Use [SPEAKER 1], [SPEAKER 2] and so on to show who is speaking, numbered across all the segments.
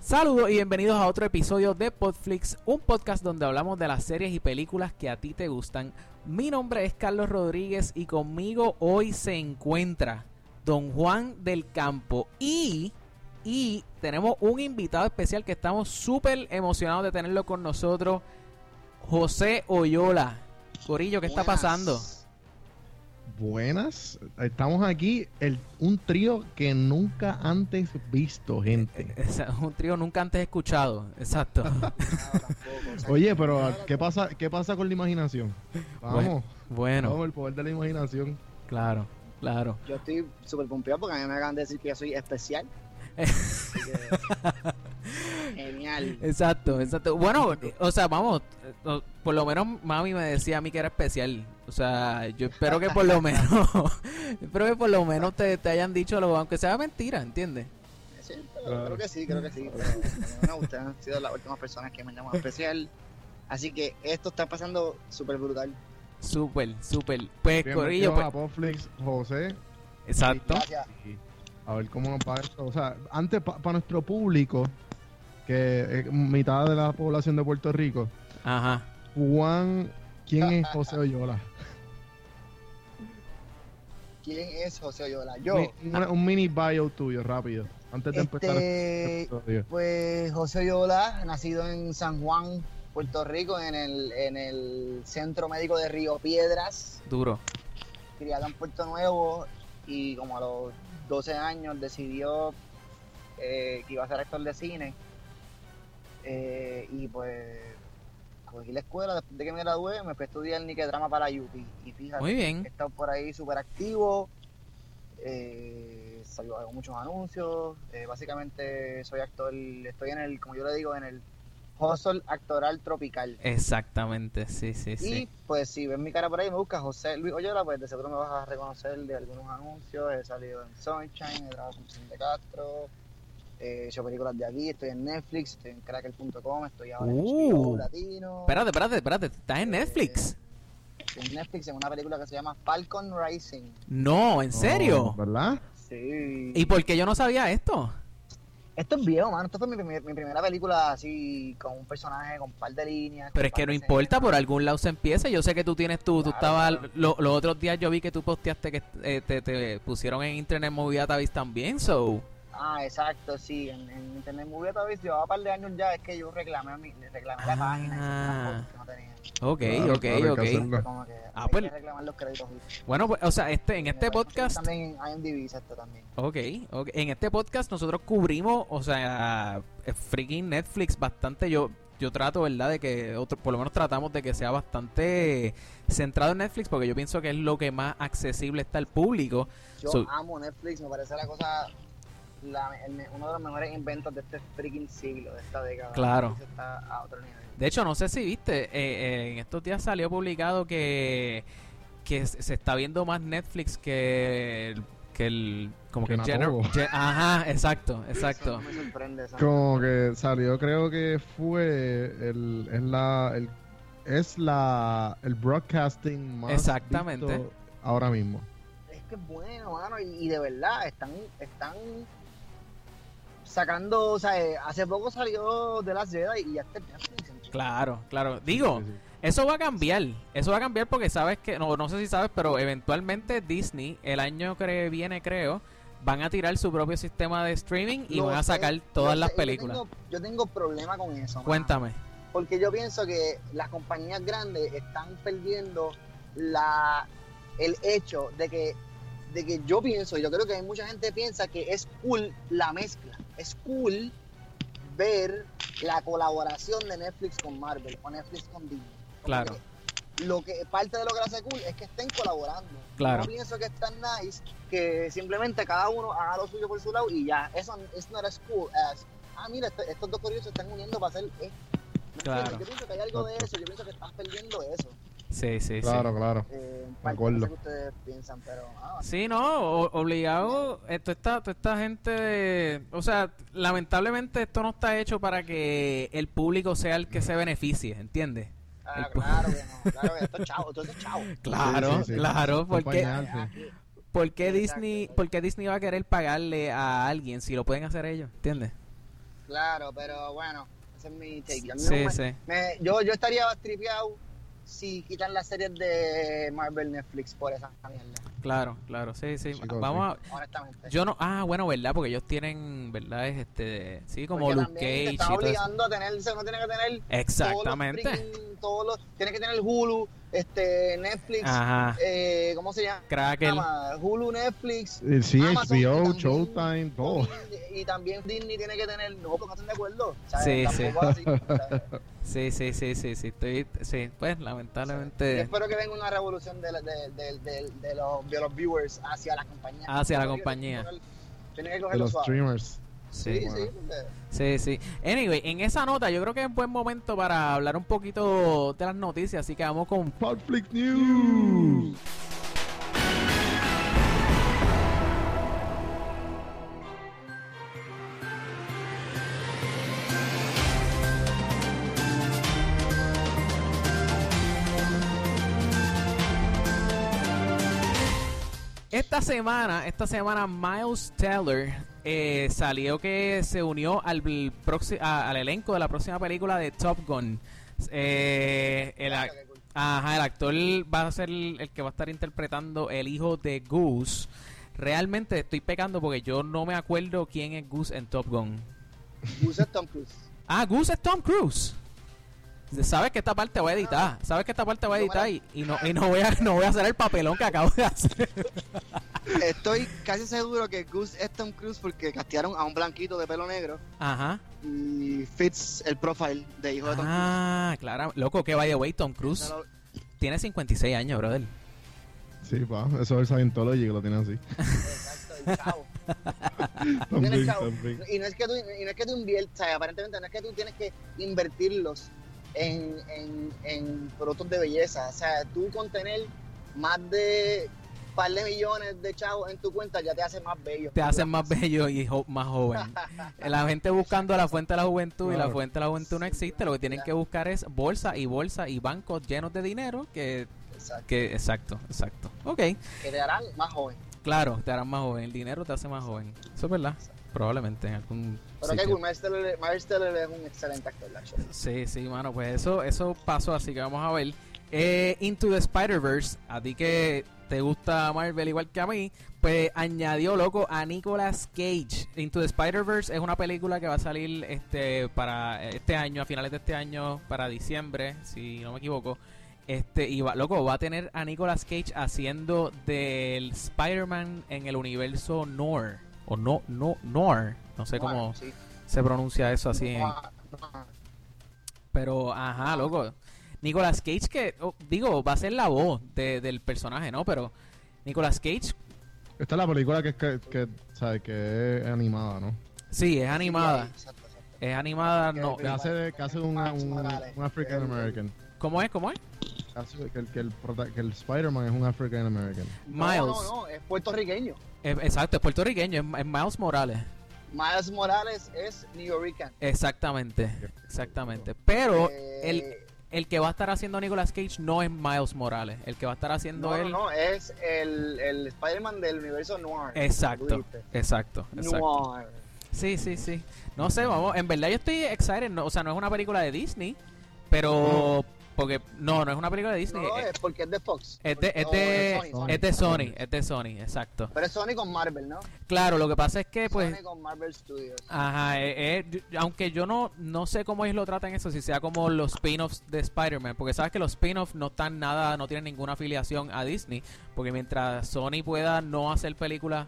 [SPEAKER 1] Saludos y bienvenidos a otro episodio de Podflix, un podcast donde hablamos de las series y películas que a ti te gustan. Mi nombre es Carlos Rodríguez y conmigo hoy se encuentra Don Juan del Campo y y tenemos un invitado especial que estamos súper emocionados de tenerlo con nosotros, José Oyola. Corillo, ¿qué está
[SPEAKER 2] Buenas.
[SPEAKER 1] pasando?
[SPEAKER 3] Buenas, estamos aquí, el, un trío que nunca antes visto, gente.
[SPEAKER 1] Es un trío nunca antes escuchado, exacto.
[SPEAKER 2] Nada, tampoco, o sea,
[SPEAKER 3] Oye,
[SPEAKER 2] que-
[SPEAKER 3] pero
[SPEAKER 2] nada,
[SPEAKER 3] ¿qué pasa, qué pasa con la imaginación? Vamos,
[SPEAKER 1] Bueno, Bueno,
[SPEAKER 3] vamos, el poder de la imaginación.
[SPEAKER 1] claro, claro.
[SPEAKER 2] Yo estoy súper pompeado porque a mí me acaban de decir que yo soy especial.
[SPEAKER 1] Eh.
[SPEAKER 2] Así que- Genial.
[SPEAKER 1] Eh, Exacto, exacto. Bueno, eh, o sea, vamos, eh, o- por lo menos mami me decía a mí que era especial. O sea, yo espero que por lo menos, espero que por lo menos te, te hayan dicho lo, aunque sea mentira, ¿entiendes?
[SPEAKER 2] Sí,
[SPEAKER 3] Claro.
[SPEAKER 2] pero creo que sí, creo que sí. pero- pero no, ustedes han sido las últimas personas que me llaman especial. Así que esto está pasando súper brutal.
[SPEAKER 1] Súper, súper. Pues,
[SPEAKER 3] Bienvenido
[SPEAKER 1] Corillo, pues,
[SPEAKER 3] a Popflix, José.
[SPEAKER 1] exacto.
[SPEAKER 2] Gracias.
[SPEAKER 3] Y a ver cómo nos va esto. O sea, antes para nuestro público, que es mitad de la población de Puerto Rico,
[SPEAKER 1] Ajá.
[SPEAKER 3] Juan, ¿quién es José Oyola?
[SPEAKER 2] ¿Quién es José Oyola? Yo.
[SPEAKER 3] Mi- Un, un mini bio tuyo, rápido, antes de empezar el
[SPEAKER 2] Este,
[SPEAKER 3] episodio.
[SPEAKER 2] Pues José Oyola, nacido en San Juan, Puerto Rico, en el, en el Centro Médico de Río Piedras,
[SPEAKER 1] Duro.
[SPEAKER 2] criado en Puerto Nuevo y como a los 12 años decidió eh, que iba a ser actor de cine. Eh, y pues cogí la escuela, después de que me gradué, me fui a estudiar Niquedrama para Yupi. Y fíjate,
[SPEAKER 1] Muy bien.
[SPEAKER 2] he estado por ahí súper activo, eh, salió hago muchos anuncios, eh, básicamente soy actor, estoy en el, como yo le digo, en el hustle actoral tropical.
[SPEAKER 1] Exactamente, sí, sí,
[SPEAKER 2] Y
[SPEAKER 1] sí.
[SPEAKER 2] pues si ves mi cara por ahí, me buscas José Luis Oyola, pues de seguro me vas a reconocer de algunos anuncios, he salido en Sunshine, he trabajado con Vicente Castro, eh, he hecho películas de aquí, estoy en Netflix, estoy en cracker.com, estoy ahora en
[SPEAKER 1] Uh.
[SPEAKER 2] HBO Latino,
[SPEAKER 1] Espérate, espérate, espérate. ¿Estás en
[SPEAKER 2] Eh,
[SPEAKER 1] Netflix?
[SPEAKER 2] estoy en Netflix en una película que se llama Falcon Rising.
[SPEAKER 1] No, ¿en serio?
[SPEAKER 3] Oh, ¿Verdad?
[SPEAKER 2] Sí.
[SPEAKER 1] ¿Y por qué yo no sabía esto?
[SPEAKER 2] Esto es viejo, mano. Esto fue mi, primer- mi primera película así, con un personaje, con un par de líneas.
[SPEAKER 1] Pero es que no importa, por algún lado se empieza. Yo sé que tú tienes tú, tú
[SPEAKER 2] Claro.
[SPEAKER 1] estabas, lo- los otros días yo vi que tú posteaste que eh, te, te pusieron en Internet Movida Tavis también, so.
[SPEAKER 2] Ah, exacto, sí. En, en Internet Movie Database llevaba un par de años ya. Es que yo reclamé, a mi, le reclamé la
[SPEAKER 1] Ah.
[SPEAKER 2] página. y hice unas cosas que no tenía.
[SPEAKER 1] Ok,
[SPEAKER 3] Claro,
[SPEAKER 1] ok,
[SPEAKER 3] claro, hay que
[SPEAKER 1] ok.
[SPEAKER 3] hacerlo.
[SPEAKER 2] Fue como que
[SPEAKER 1] Ah,
[SPEAKER 2] hay
[SPEAKER 1] pues-
[SPEAKER 2] que reclamar los créditos.
[SPEAKER 1] Bueno, pues, o sea, este, en
[SPEAKER 2] Me
[SPEAKER 1] este
[SPEAKER 2] parece que
[SPEAKER 1] podcast,
[SPEAKER 2] También hay un divisa esto también.
[SPEAKER 1] ok, ok, en este podcast nosotros cubrimos, o sea, eh, freaking Netflix bastante. Yo, yo trato, ¿verdad? De que, otro, por lo menos tratamos de que sea bastante centrado en Netflix, porque yo pienso que es lo que más accesible está al público.
[SPEAKER 2] Yo
[SPEAKER 1] So-
[SPEAKER 2] amo Netflix. Me parece la cosa... la- el me- uno de los mejores inventos de este freaking siglo, de esta década.
[SPEAKER 1] Claro.
[SPEAKER 2] Netflix está a otro nivel.
[SPEAKER 1] De hecho, no sé si viste, eh, eh, en estos días salió publicado que, que s- se está viendo más Netflix que el, que el como que,
[SPEAKER 3] Que
[SPEAKER 1] el gener-
[SPEAKER 3] Natobo.
[SPEAKER 1] ge- ajá, exacto,
[SPEAKER 2] Eso
[SPEAKER 1] exacto.
[SPEAKER 2] no me sorprende. eso no me
[SPEAKER 3] Como que salió, creo que fue el, es la, el, es la, el broadcasting más
[SPEAKER 1] Exactamente.
[SPEAKER 3] visto ahora mismo.
[SPEAKER 2] Es que es bueno, mano, y, y de verdad, están, están sacando, o sea, eh, hace poco salió de las Jedi y ya está en Netflix, ¿entiendes?
[SPEAKER 1] Claro, claro. Digo,
[SPEAKER 3] Sí, sí,
[SPEAKER 1] eso va a cambiar, eso va a cambiar porque sabes que no no sé si sabes, pero eventualmente Disney el año que viene creo van a tirar su propio sistema de streaming y
[SPEAKER 2] Lo
[SPEAKER 1] van a
[SPEAKER 2] sé,
[SPEAKER 1] sacar
[SPEAKER 2] lo
[SPEAKER 1] todas
[SPEAKER 2] sé,
[SPEAKER 1] las
[SPEAKER 2] yo
[SPEAKER 1] películas.
[SPEAKER 2] tengo- Yo tengo, problema con eso. mano,
[SPEAKER 1] Cuéntame.
[SPEAKER 2] porque yo pienso que las compañías grandes están perdiendo la, el hecho de que, de que yo pienso, y yo creo que hay mucha gente piensa que es cool la mezcla, es cool ver la colaboración de Netflix con Marvel o Netflix con Disney.
[SPEAKER 1] Claro.
[SPEAKER 2] lo que parte de lo que lo hace cool es que estén colaborando.
[SPEAKER 1] Claro.
[SPEAKER 2] No pienso que es tan nice que simplemente cada uno haga lo suyo por su lado y ya. Eso es not as cool as, ah, mira, este- estos dos corridos se están uniendo para hacer esto. ¿Me
[SPEAKER 1] Claro.
[SPEAKER 2] entiendes? Yo pienso que hay algo de eso, yo pienso que estás perdiendo eso.
[SPEAKER 1] Sí, sí, sí.
[SPEAKER 3] Claro, claro.
[SPEAKER 2] Eh, en parte,
[SPEAKER 3] acuerdo.
[SPEAKER 2] no sé qué ustedes piensan, pero ah,
[SPEAKER 1] Sí, no, o- obligado. Esto está, toda esta gente, de- o sea, lamentablemente esto no está hecho para que el público sea el que se beneficie, ¿entiendes?
[SPEAKER 2] ah, claro que no, claro que esto es chavo, esto es chavo.
[SPEAKER 1] Claro,
[SPEAKER 3] sí, sí.
[SPEAKER 1] claro, porque
[SPEAKER 3] Acompañar. Ah,
[SPEAKER 1] ¿por qué
[SPEAKER 2] Exacto.
[SPEAKER 1] Disney, por qué Disney va a querer pagarle a alguien si lo pueden hacer ellos, ¿entiendes?
[SPEAKER 2] Claro, pero bueno, ese es mi take. A mí
[SPEAKER 1] Sí,
[SPEAKER 2] no me-
[SPEAKER 1] sí.
[SPEAKER 2] me- yo, yo estaría tripeado si quitan las series de Marvel Netflix por esa mierda,
[SPEAKER 1] Claro, claro. Sí, sí.
[SPEAKER 3] Chicos,
[SPEAKER 1] Vamos
[SPEAKER 2] honestamente.
[SPEAKER 1] a... Yo no... Ah, bueno, ¿verdad? Porque ellos tienen, ¿verdad? Es este... Sí, como
[SPEAKER 2] Porque
[SPEAKER 1] Luke
[SPEAKER 2] también te
[SPEAKER 1] Cage y
[SPEAKER 2] están
[SPEAKER 1] todo eso.
[SPEAKER 2] obligando a tener, o sea, uno tiene que tener Todos
[SPEAKER 1] Exactamente.
[SPEAKER 2] los freaking- todos los- tienes que tener Hulu, este, Netflix,
[SPEAKER 1] Ajá.
[SPEAKER 2] eh, ¿cómo se llama?
[SPEAKER 1] Crackle.
[SPEAKER 2] Hulu, Netflix.
[SPEAKER 3] Eh, Sí,
[SPEAKER 2] Amazon,
[SPEAKER 3] HBO,
[SPEAKER 2] también-
[SPEAKER 3] Showtime, todo.
[SPEAKER 2] Y también Disney tiene que tener, no, porque no están de acuerdo. O sea,
[SPEAKER 1] Sí,
[SPEAKER 2] tampoco así, o sea,
[SPEAKER 1] Sí, sí, sí, sí, sí. Estoy... Sí, pues
[SPEAKER 2] yo
[SPEAKER 1] lamentablemente
[SPEAKER 2] espero que venga una revolución de, la- de- de- de- de los, de los viewers hacia la compañía.
[SPEAKER 1] hacia la
[SPEAKER 2] Tiene que
[SPEAKER 1] compañía.
[SPEAKER 2] coger- Tiene que
[SPEAKER 3] De
[SPEAKER 2] cogerlo
[SPEAKER 3] los
[SPEAKER 2] suave.
[SPEAKER 3] streamers.
[SPEAKER 2] Sí,
[SPEAKER 1] Sí,
[SPEAKER 2] sí,
[SPEAKER 3] bueno.
[SPEAKER 2] porque-
[SPEAKER 1] sí, sí. Anyway, en esa nota yo creo que es buen momento para hablar un poquito de las noticias, así que vamos con
[SPEAKER 3] Public News.
[SPEAKER 1] Esta semana, esta semana Miles Teller eh, salió que se unió al, proxi- a- al elenco de la próxima película de Top Gun. Eh, el, ac-
[SPEAKER 2] Claro, qué cool.
[SPEAKER 1] ajá, el actor va a ser el, el que va a estar interpretando el hijo de Goose. Realmente estoy pecando porque yo no me acuerdo quién es Goose en Top Gun.
[SPEAKER 2] Use a Tom Cruise.
[SPEAKER 1] Ah, Goose es Tom Cruise. Sabes que esta parte voy a editar. Sabes que esta parte voy a
[SPEAKER 2] No me la-
[SPEAKER 1] editar y, y no, y no, voy a, no voy a hacer el papelón que acabo de hacer.
[SPEAKER 2] Estoy casi seguro que Goose es Tom Cruise porque castearon a un blanquito de pelo negro
[SPEAKER 1] Ajá.
[SPEAKER 2] y fits el profile de hijo de Tom
[SPEAKER 1] Ah, claro. Loco, que by the way, Tom
[SPEAKER 2] Cruise.
[SPEAKER 1] Cruise
[SPEAKER 2] No lo-
[SPEAKER 1] tiene 56 años, brother.
[SPEAKER 3] Sí, pa, eso es el Scientology que lo tienen así.
[SPEAKER 2] Exacto, el chavo. Tiene
[SPEAKER 3] También,
[SPEAKER 2] chavo.
[SPEAKER 3] también.
[SPEAKER 2] Y no es que tú, y no es que tú inviertas, o sea, aparentemente no es que tú tienes que invertirlos en, en, en productos de belleza. O sea, tú con tener más de par de millones de chavos en tu cuenta ya te hace más bello.
[SPEAKER 1] Te hacen más bello y jo- más joven. La gente buscando la fuente de la juventud y la
[SPEAKER 3] Claro.
[SPEAKER 1] fuente de la juventud no existe. Lo que tienen que buscar es bolsa y bolsa y bancos llenos de dinero que...
[SPEAKER 2] Exacto.
[SPEAKER 1] que exacto, exacto. Ok,
[SPEAKER 2] Que te harán más joven.
[SPEAKER 1] claro, te harán más joven. El dinero te hace más joven. Eso es verdad. Probablemente en algún...
[SPEAKER 2] Pero que
[SPEAKER 1] sitio.
[SPEAKER 2] cool, Miles Teller- Miles Teller es un excelente actor, la actually.
[SPEAKER 1] Sí, sí, mano, pues eso, eso pasó, así que vamos a ver. Eh, Into the Spider-Verse, a ti que te gusta Marvel igual que a mí, pues añadió, loco, a Nicolas Cage. Into the Spider-Verse es una película que va a salir este para este año, a finales de este año, para diciembre, si no me equivoco. Este, y va, loco, va a tener a Nicolas Cage haciendo del Spider-Man en el universo Nor. O no, no, Nor. No sé cómo
[SPEAKER 2] Bueno, sí.
[SPEAKER 1] se pronuncia eso así ah, en,
[SPEAKER 2] Ah,
[SPEAKER 1] pero, ajá, loco. Nicolas Cage, que, oh, digo, va a ser la voz de- del personaje, ¿no? Pero Nicolas Cage,
[SPEAKER 3] Esta es la película que, que, que, ¿sabes? que es animada, ¿no?
[SPEAKER 1] sí, es animada.
[SPEAKER 2] Exacto, exacto.
[SPEAKER 1] Es animada,
[SPEAKER 2] Que
[SPEAKER 1] no.
[SPEAKER 3] Que hace, de- que hace un, un, un African American.
[SPEAKER 1] ¿Cómo es? ¿Cómo es?
[SPEAKER 3] Que, hace- que el- que el, prota- que el Spider-Man es un African American.
[SPEAKER 2] No,
[SPEAKER 1] Miles.
[SPEAKER 2] No, no, es puertorriqueño.
[SPEAKER 1] Eh, exacto, es puertorriqueño, es, es Miles Morales.
[SPEAKER 2] Miles Morales es New Yorker.
[SPEAKER 1] Exactamente, exactamente. Pero el,
[SPEAKER 2] Eh,
[SPEAKER 1] el que va a estar haciendo Nicolas Cage no es Miles Morales. El que va a estar haciendo
[SPEAKER 2] no,
[SPEAKER 1] él.
[SPEAKER 2] no, no, es el, el Spider-Man del universo noir.
[SPEAKER 1] Exacto,
[SPEAKER 2] Tú dijiste.
[SPEAKER 1] exacto, exacto.
[SPEAKER 2] Noir.
[SPEAKER 1] Sí, sí, sí. No sé, vamos. En verdad yo estoy excited. No, o sea, no es una película de Disney, pero... Porque... No, no es una película de Disney.
[SPEAKER 2] No,
[SPEAKER 1] es,
[SPEAKER 2] es porque es de Fox.
[SPEAKER 1] eh, es de, es
[SPEAKER 2] No,
[SPEAKER 1] de-
[SPEAKER 2] Sony, Sony.
[SPEAKER 1] es de Sony, es de Sony, exacto.
[SPEAKER 2] Pero es Sony con Marvel, ¿no?
[SPEAKER 1] Claro, lo que pasa es que pues...
[SPEAKER 2] Sony con Marvel Studios.
[SPEAKER 1] Ajá, eh, eh, yo- aunque yo no no sé cómo ellos lo tratan eso, si sea como los spin-offs de Spider-Man, porque sabes que los spin-offs no están nada, no tienen ninguna afiliación a Disney, porque mientras Sony pueda no hacer películas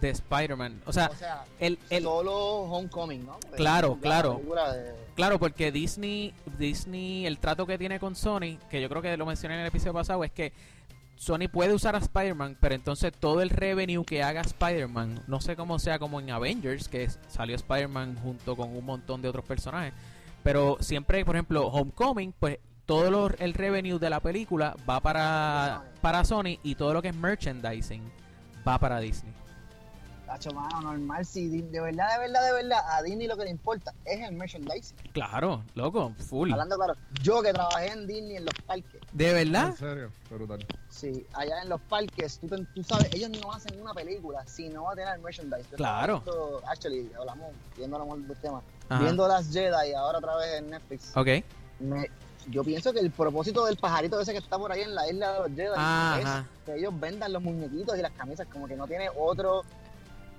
[SPEAKER 1] de Spider-Man, o sea,
[SPEAKER 2] o sea,
[SPEAKER 1] el, el,
[SPEAKER 2] solo Homecoming, ¿no? Porque
[SPEAKER 1] Claro,
[SPEAKER 2] es una
[SPEAKER 1] claro.
[SPEAKER 2] película de-
[SPEAKER 1] Claro, porque Disney, Disney, el trato que tiene con Sony, que yo creo que lo mencioné en el episodio pasado, es que Sony puede usar a Spider-Man, pero entonces todo el revenue que haga Spider-Man, no sé cómo sea como en Avengers, que es- salió Spider-Man junto con un montón de otros personajes, pero siempre, por ejemplo, Homecoming, pues todo lo- el revenue de la película va para, para Sony y todo lo que es merchandising va para Disney.
[SPEAKER 2] Tacho, mano, normal. Si Di- de verdad, de verdad, de verdad, a Disney lo que le importa es el merchandising.
[SPEAKER 1] Claro, loco, full.
[SPEAKER 2] Hablando claro, yo que trabajé en Disney en los parques,
[SPEAKER 1] ¿De verdad?
[SPEAKER 3] En serio, brutal.
[SPEAKER 2] sí, allá en los parques, tú, ten- tú sabes, ellos no hacen una película si no va a tener merchandising. Yo estaba
[SPEAKER 1] Claro.
[SPEAKER 2] viendo- actually, hablamos, viendo a lo mejor del tema,
[SPEAKER 1] Ajá. Ah.
[SPEAKER 2] viendo las Jedi ahora otra vez en Netflix.
[SPEAKER 1] Ok.
[SPEAKER 2] me- yo pienso que el propósito del pajarito ese que está por ahí en la isla de los Jedi
[SPEAKER 1] Ah, Ajá.
[SPEAKER 2] es que ellos vendan los muñequitos y las camisas, como que no tiene otro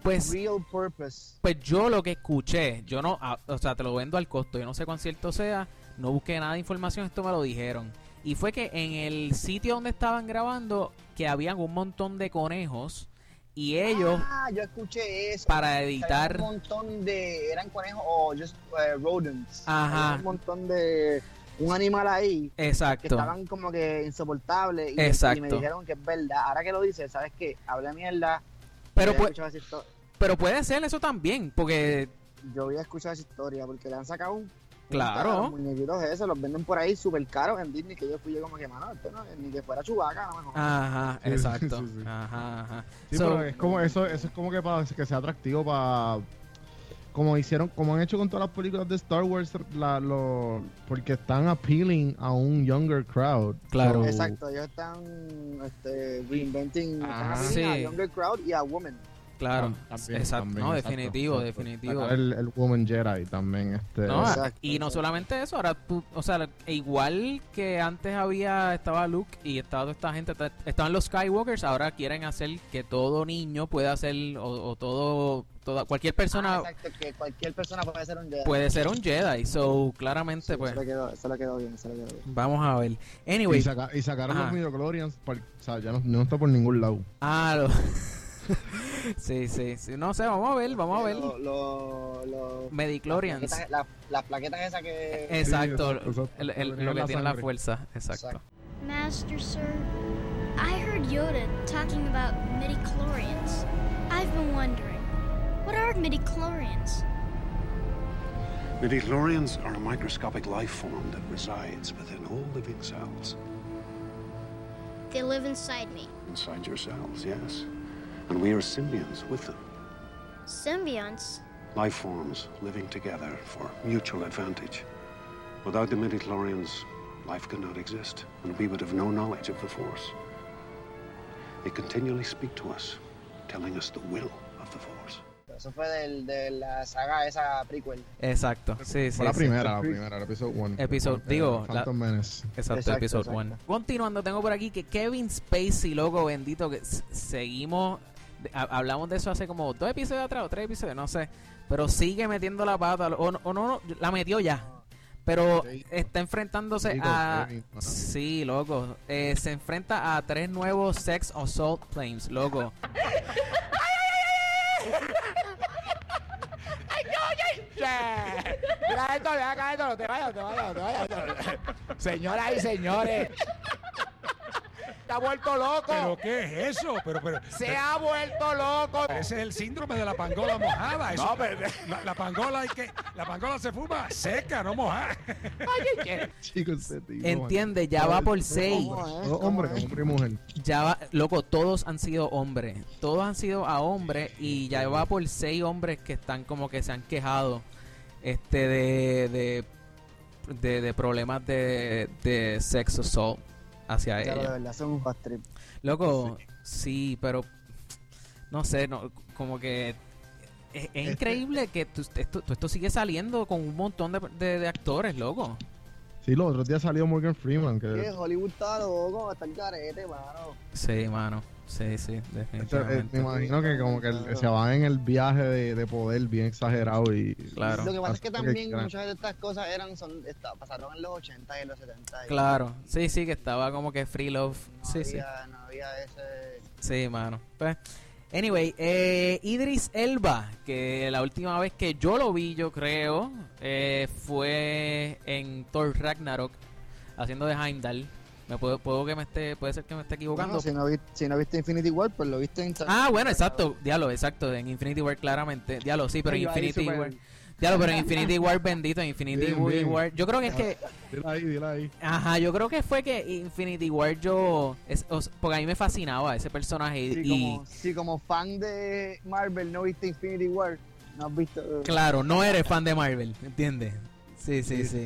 [SPEAKER 1] Pues
[SPEAKER 2] real purpose.
[SPEAKER 1] Pues yo lo que escuché, yo no, ah, o sea, te lo vendo al costo, yo no sé cuán cierto sea, no busqué nada de información, esto me lo dijeron. Y fue que en el sitio donde estaban grabando, que habían un montón de conejos y ellos,
[SPEAKER 2] Ah, yo escuché eso.
[SPEAKER 1] para
[SPEAKER 2] Que había
[SPEAKER 1] editar,
[SPEAKER 2] Un montón de. Eran conejos o just eh, rodents.
[SPEAKER 1] Ajá.
[SPEAKER 2] Había Un montón de. Un animal ahí que
[SPEAKER 1] exacto,
[SPEAKER 2] estaban como que insoportables. Y,
[SPEAKER 1] Exacto.
[SPEAKER 2] y me dijeron que es verdad. Ahora que lo dices, ¿sabes qué? Hablé mierda.
[SPEAKER 1] Pero
[SPEAKER 2] yo
[SPEAKER 1] pues-
[SPEAKER 2] había escuchado esa histo-
[SPEAKER 1] pero puede ser eso también, porque,
[SPEAKER 2] Yo había escuchado esa historia porque le han sacado un Los
[SPEAKER 1] claro,
[SPEAKER 2] muñequitos esos los venden por ahí súper caros en Disney. Que yo fui yo como que, mano, esto no, ni que fuera Chubaca, no
[SPEAKER 1] Ah,
[SPEAKER 2] mejor.
[SPEAKER 1] ajá,
[SPEAKER 3] Sí, sí,
[SPEAKER 1] exacto,
[SPEAKER 3] sí, sí.
[SPEAKER 1] ajá, ajá.
[SPEAKER 3] Sí,
[SPEAKER 1] So,
[SPEAKER 3] pero eh, es como, eso, eso es como que para que sea atractivo para. Como hicieron, como han hecho con todas las películas de Star Wars, la- lo- porque están appealing a un younger crowd.
[SPEAKER 1] Claro.
[SPEAKER 3] So,
[SPEAKER 2] Exacto, ellos están este, reinventing están
[SPEAKER 3] Ah,
[SPEAKER 2] apelando
[SPEAKER 1] sí.
[SPEAKER 2] a Younger Crowd y a Woman.
[SPEAKER 1] claro,
[SPEAKER 3] Tam- también,
[SPEAKER 1] exacto,
[SPEAKER 3] también,
[SPEAKER 1] no,
[SPEAKER 3] exacto,
[SPEAKER 1] definitivo,
[SPEAKER 3] exacto.
[SPEAKER 1] definitivo.
[SPEAKER 3] Sacar El, el Woman Jedi también. Este,
[SPEAKER 1] No, Ah,
[SPEAKER 3] es-
[SPEAKER 2] Exacto,
[SPEAKER 1] y no
[SPEAKER 2] exacto.
[SPEAKER 1] solamente eso, ahora tú, o sea, e igual que antes había, estaba Luke y estaba toda esta gente, ta- estaban los Skywalkers, ahora quieren hacer que todo niño pueda hacer, o, o todo, toda, cualquier
[SPEAKER 2] Ah,
[SPEAKER 1] persona
[SPEAKER 2] exacto, que cualquier persona puede ser un Jedi.
[SPEAKER 1] puede ser un Jedi, so, claramente,
[SPEAKER 2] Sí,
[SPEAKER 1] pues,
[SPEAKER 2] se, le quedó, se le quedó bien, se le quedó bien.
[SPEAKER 1] vamos a ver.
[SPEAKER 3] y,
[SPEAKER 1] Anyway,
[SPEAKER 3] saca- y sacaron
[SPEAKER 1] Ajá.
[SPEAKER 3] los midichlorians, par- o sea, ya no, no está por ningún lado.
[SPEAKER 1] ah, lo- sí, sí, sí, no sé, vamos a ver, vamos a ver,
[SPEAKER 2] Lo- lo- lo-
[SPEAKER 1] Mediclorians,
[SPEAKER 2] plaquetas- la- las plaquetas esas que.
[SPEAKER 1] Eh, exacto,
[SPEAKER 3] exacto, exacto.
[SPEAKER 1] el- el-
[SPEAKER 3] Lo que
[SPEAKER 1] lo
[SPEAKER 3] tiene
[SPEAKER 1] que
[SPEAKER 3] la
[SPEAKER 1] tiene la
[SPEAKER 3] sangre.
[SPEAKER 1] fuerza, exacto.
[SPEAKER 2] Exacto.
[SPEAKER 4] Master Sir, I heard Yoda talking about midichlorians. I've been wondering, what are midichlorians?
[SPEAKER 5] Midichlorians are a microscopic life form that resides within all living cells.
[SPEAKER 4] They live inside me.
[SPEAKER 5] Inside your cells, yes. And we are symbionts with them.
[SPEAKER 4] Symbionts?
[SPEAKER 5] Life forms living together for mutual advantage. Without the midichlorians, life could not exist, and we would have no knowledge of the Force. They continually speak to us, telling us the will of the Force.
[SPEAKER 2] Eso fue del, de la saga esa prequel.
[SPEAKER 1] Exacto, sí, sí.
[SPEAKER 3] Fue la
[SPEAKER 1] sí.
[SPEAKER 3] primera, la primera, el episodio 1.
[SPEAKER 1] Episodio- digo, la-
[SPEAKER 3] Phantom Menace.
[SPEAKER 1] Exacto,
[SPEAKER 2] Exacto,
[SPEAKER 1] episodio
[SPEAKER 2] exacto.
[SPEAKER 1] 1. Continuando, tengo por aquí que Kevin Spacey, loco, bendito, que s- seguimos. de- ha- Hablamos de eso hace como dos episodios atrás o tres episodios, no sé. Pero sigue metiendo la pata, lo- o, no- o no, no, la metió ya. Pero
[SPEAKER 3] Sí.
[SPEAKER 1] está enfrentándose
[SPEAKER 3] Digo,
[SPEAKER 1] a.
[SPEAKER 3] Kevin, ajá.
[SPEAKER 1] Sí, loco. Eh, se enfrenta a tres nuevos Sex Assault Claims, loco.
[SPEAKER 6] Mira esto, mira acá esto, no te vayas, no te vayas, no te vayas. no te vayas. Señoras y señores. Está vuelto loco.
[SPEAKER 7] ¿Pero qué es eso? Pero, pero,
[SPEAKER 6] Se ha vuelto loco.
[SPEAKER 7] pero ese es el síndrome de la pangola mojada. eso-
[SPEAKER 6] No, pero-
[SPEAKER 7] la, la pangola hay que, la pangola se fuma seca, no mojada.
[SPEAKER 3] Chicos, ese tipo, man.
[SPEAKER 1] Entiende, ya va por seis.
[SPEAKER 2] ¿Cómo es?
[SPEAKER 3] Todo
[SPEAKER 2] ¿Cómo
[SPEAKER 3] hombre,
[SPEAKER 2] es?
[SPEAKER 3] hombre y mujer.
[SPEAKER 1] Ya va, loco, todos han sido hombres. Todos han sido a hombres y ya va por seis hombres que están como que se han quejado este de de, de- de problemas de, de sexo assault hacia
[SPEAKER 2] Ya, de
[SPEAKER 1] ella.
[SPEAKER 2] verdad, son un fast trip.
[SPEAKER 1] Loco, sí, pero no sé, no, como que es,
[SPEAKER 3] Este
[SPEAKER 1] es increíble que tú- esto, tú- esto sigue saliendo con un montón de, de- de actores, loco.
[SPEAKER 3] Sí, los otros días salió Morgan Freeman. Que,
[SPEAKER 2] Que Hollywood está loco, está el carete, mano.
[SPEAKER 1] Sí, mano. Sí, sí,
[SPEAKER 3] o sea, eh, me
[SPEAKER 2] este
[SPEAKER 1] definitivamente.
[SPEAKER 3] imagino que como que el- se van en el viaje de, de poder bien exagerado y...
[SPEAKER 1] Claro.
[SPEAKER 2] Lo que pasa es que
[SPEAKER 3] Así
[SPEAKER 2] también
[SPEAKER 3] gran-
[SPEAKER 2] muchas de estas cosas eran son esta- pasaron en los 80 y en los 70. y
[SPEAKER 1] Claro, sí, sí, que estaba como que free love.
[SPEAKER 2] No
[SPEAKER 1] sí, sí,
[SPEAKER 2] había, no había ese...
[SPEAKER 1] sí, mano. Pues, anyway, eh, Idris Elba, que la última vez que yo lo vi, yo creo, eh, fue en Thor Ragnarok, haciendo de Heimdall. Me puedo, puedo que me esté, puede ser que me esté equivocando.
[SPEAKER 2] Bueno, si, no viste, si no viste Infinity War, pues lo viste en...
[SPEAKER 1] Ah, bueno, exacto, diablo, exacto, en Infinity War claramente, diablo, sí, pero en
[SPEAKER 2] Yo ahí
[SPEAKER 1] Infinity
[SPEAKER 2] súper-
[SPEAKER 1] War. Ya lo, pero en Infinity War, bendito, en Infinity
[SPEAKER 3] Bien, bien.
[SPEAKER 1] War. Yo creo que es que.
[SPEAKER 3] Dila ahí, dila ahí.
[SPEAKER 1] Ajá, yo creo que fue que Infinity War yo. es- o sea, porque a mí me fascinaba ese personaje. Y,
[SPEAKER 2] Si
[SPEAKER 1] y-
[SPEAKER 2] como, si como fan de Marvel no viste Infinity War, no has visto.
[SPEAKER 1] claro, no eres fan de Marvel, ¿entiendes? Sí, sí, sí.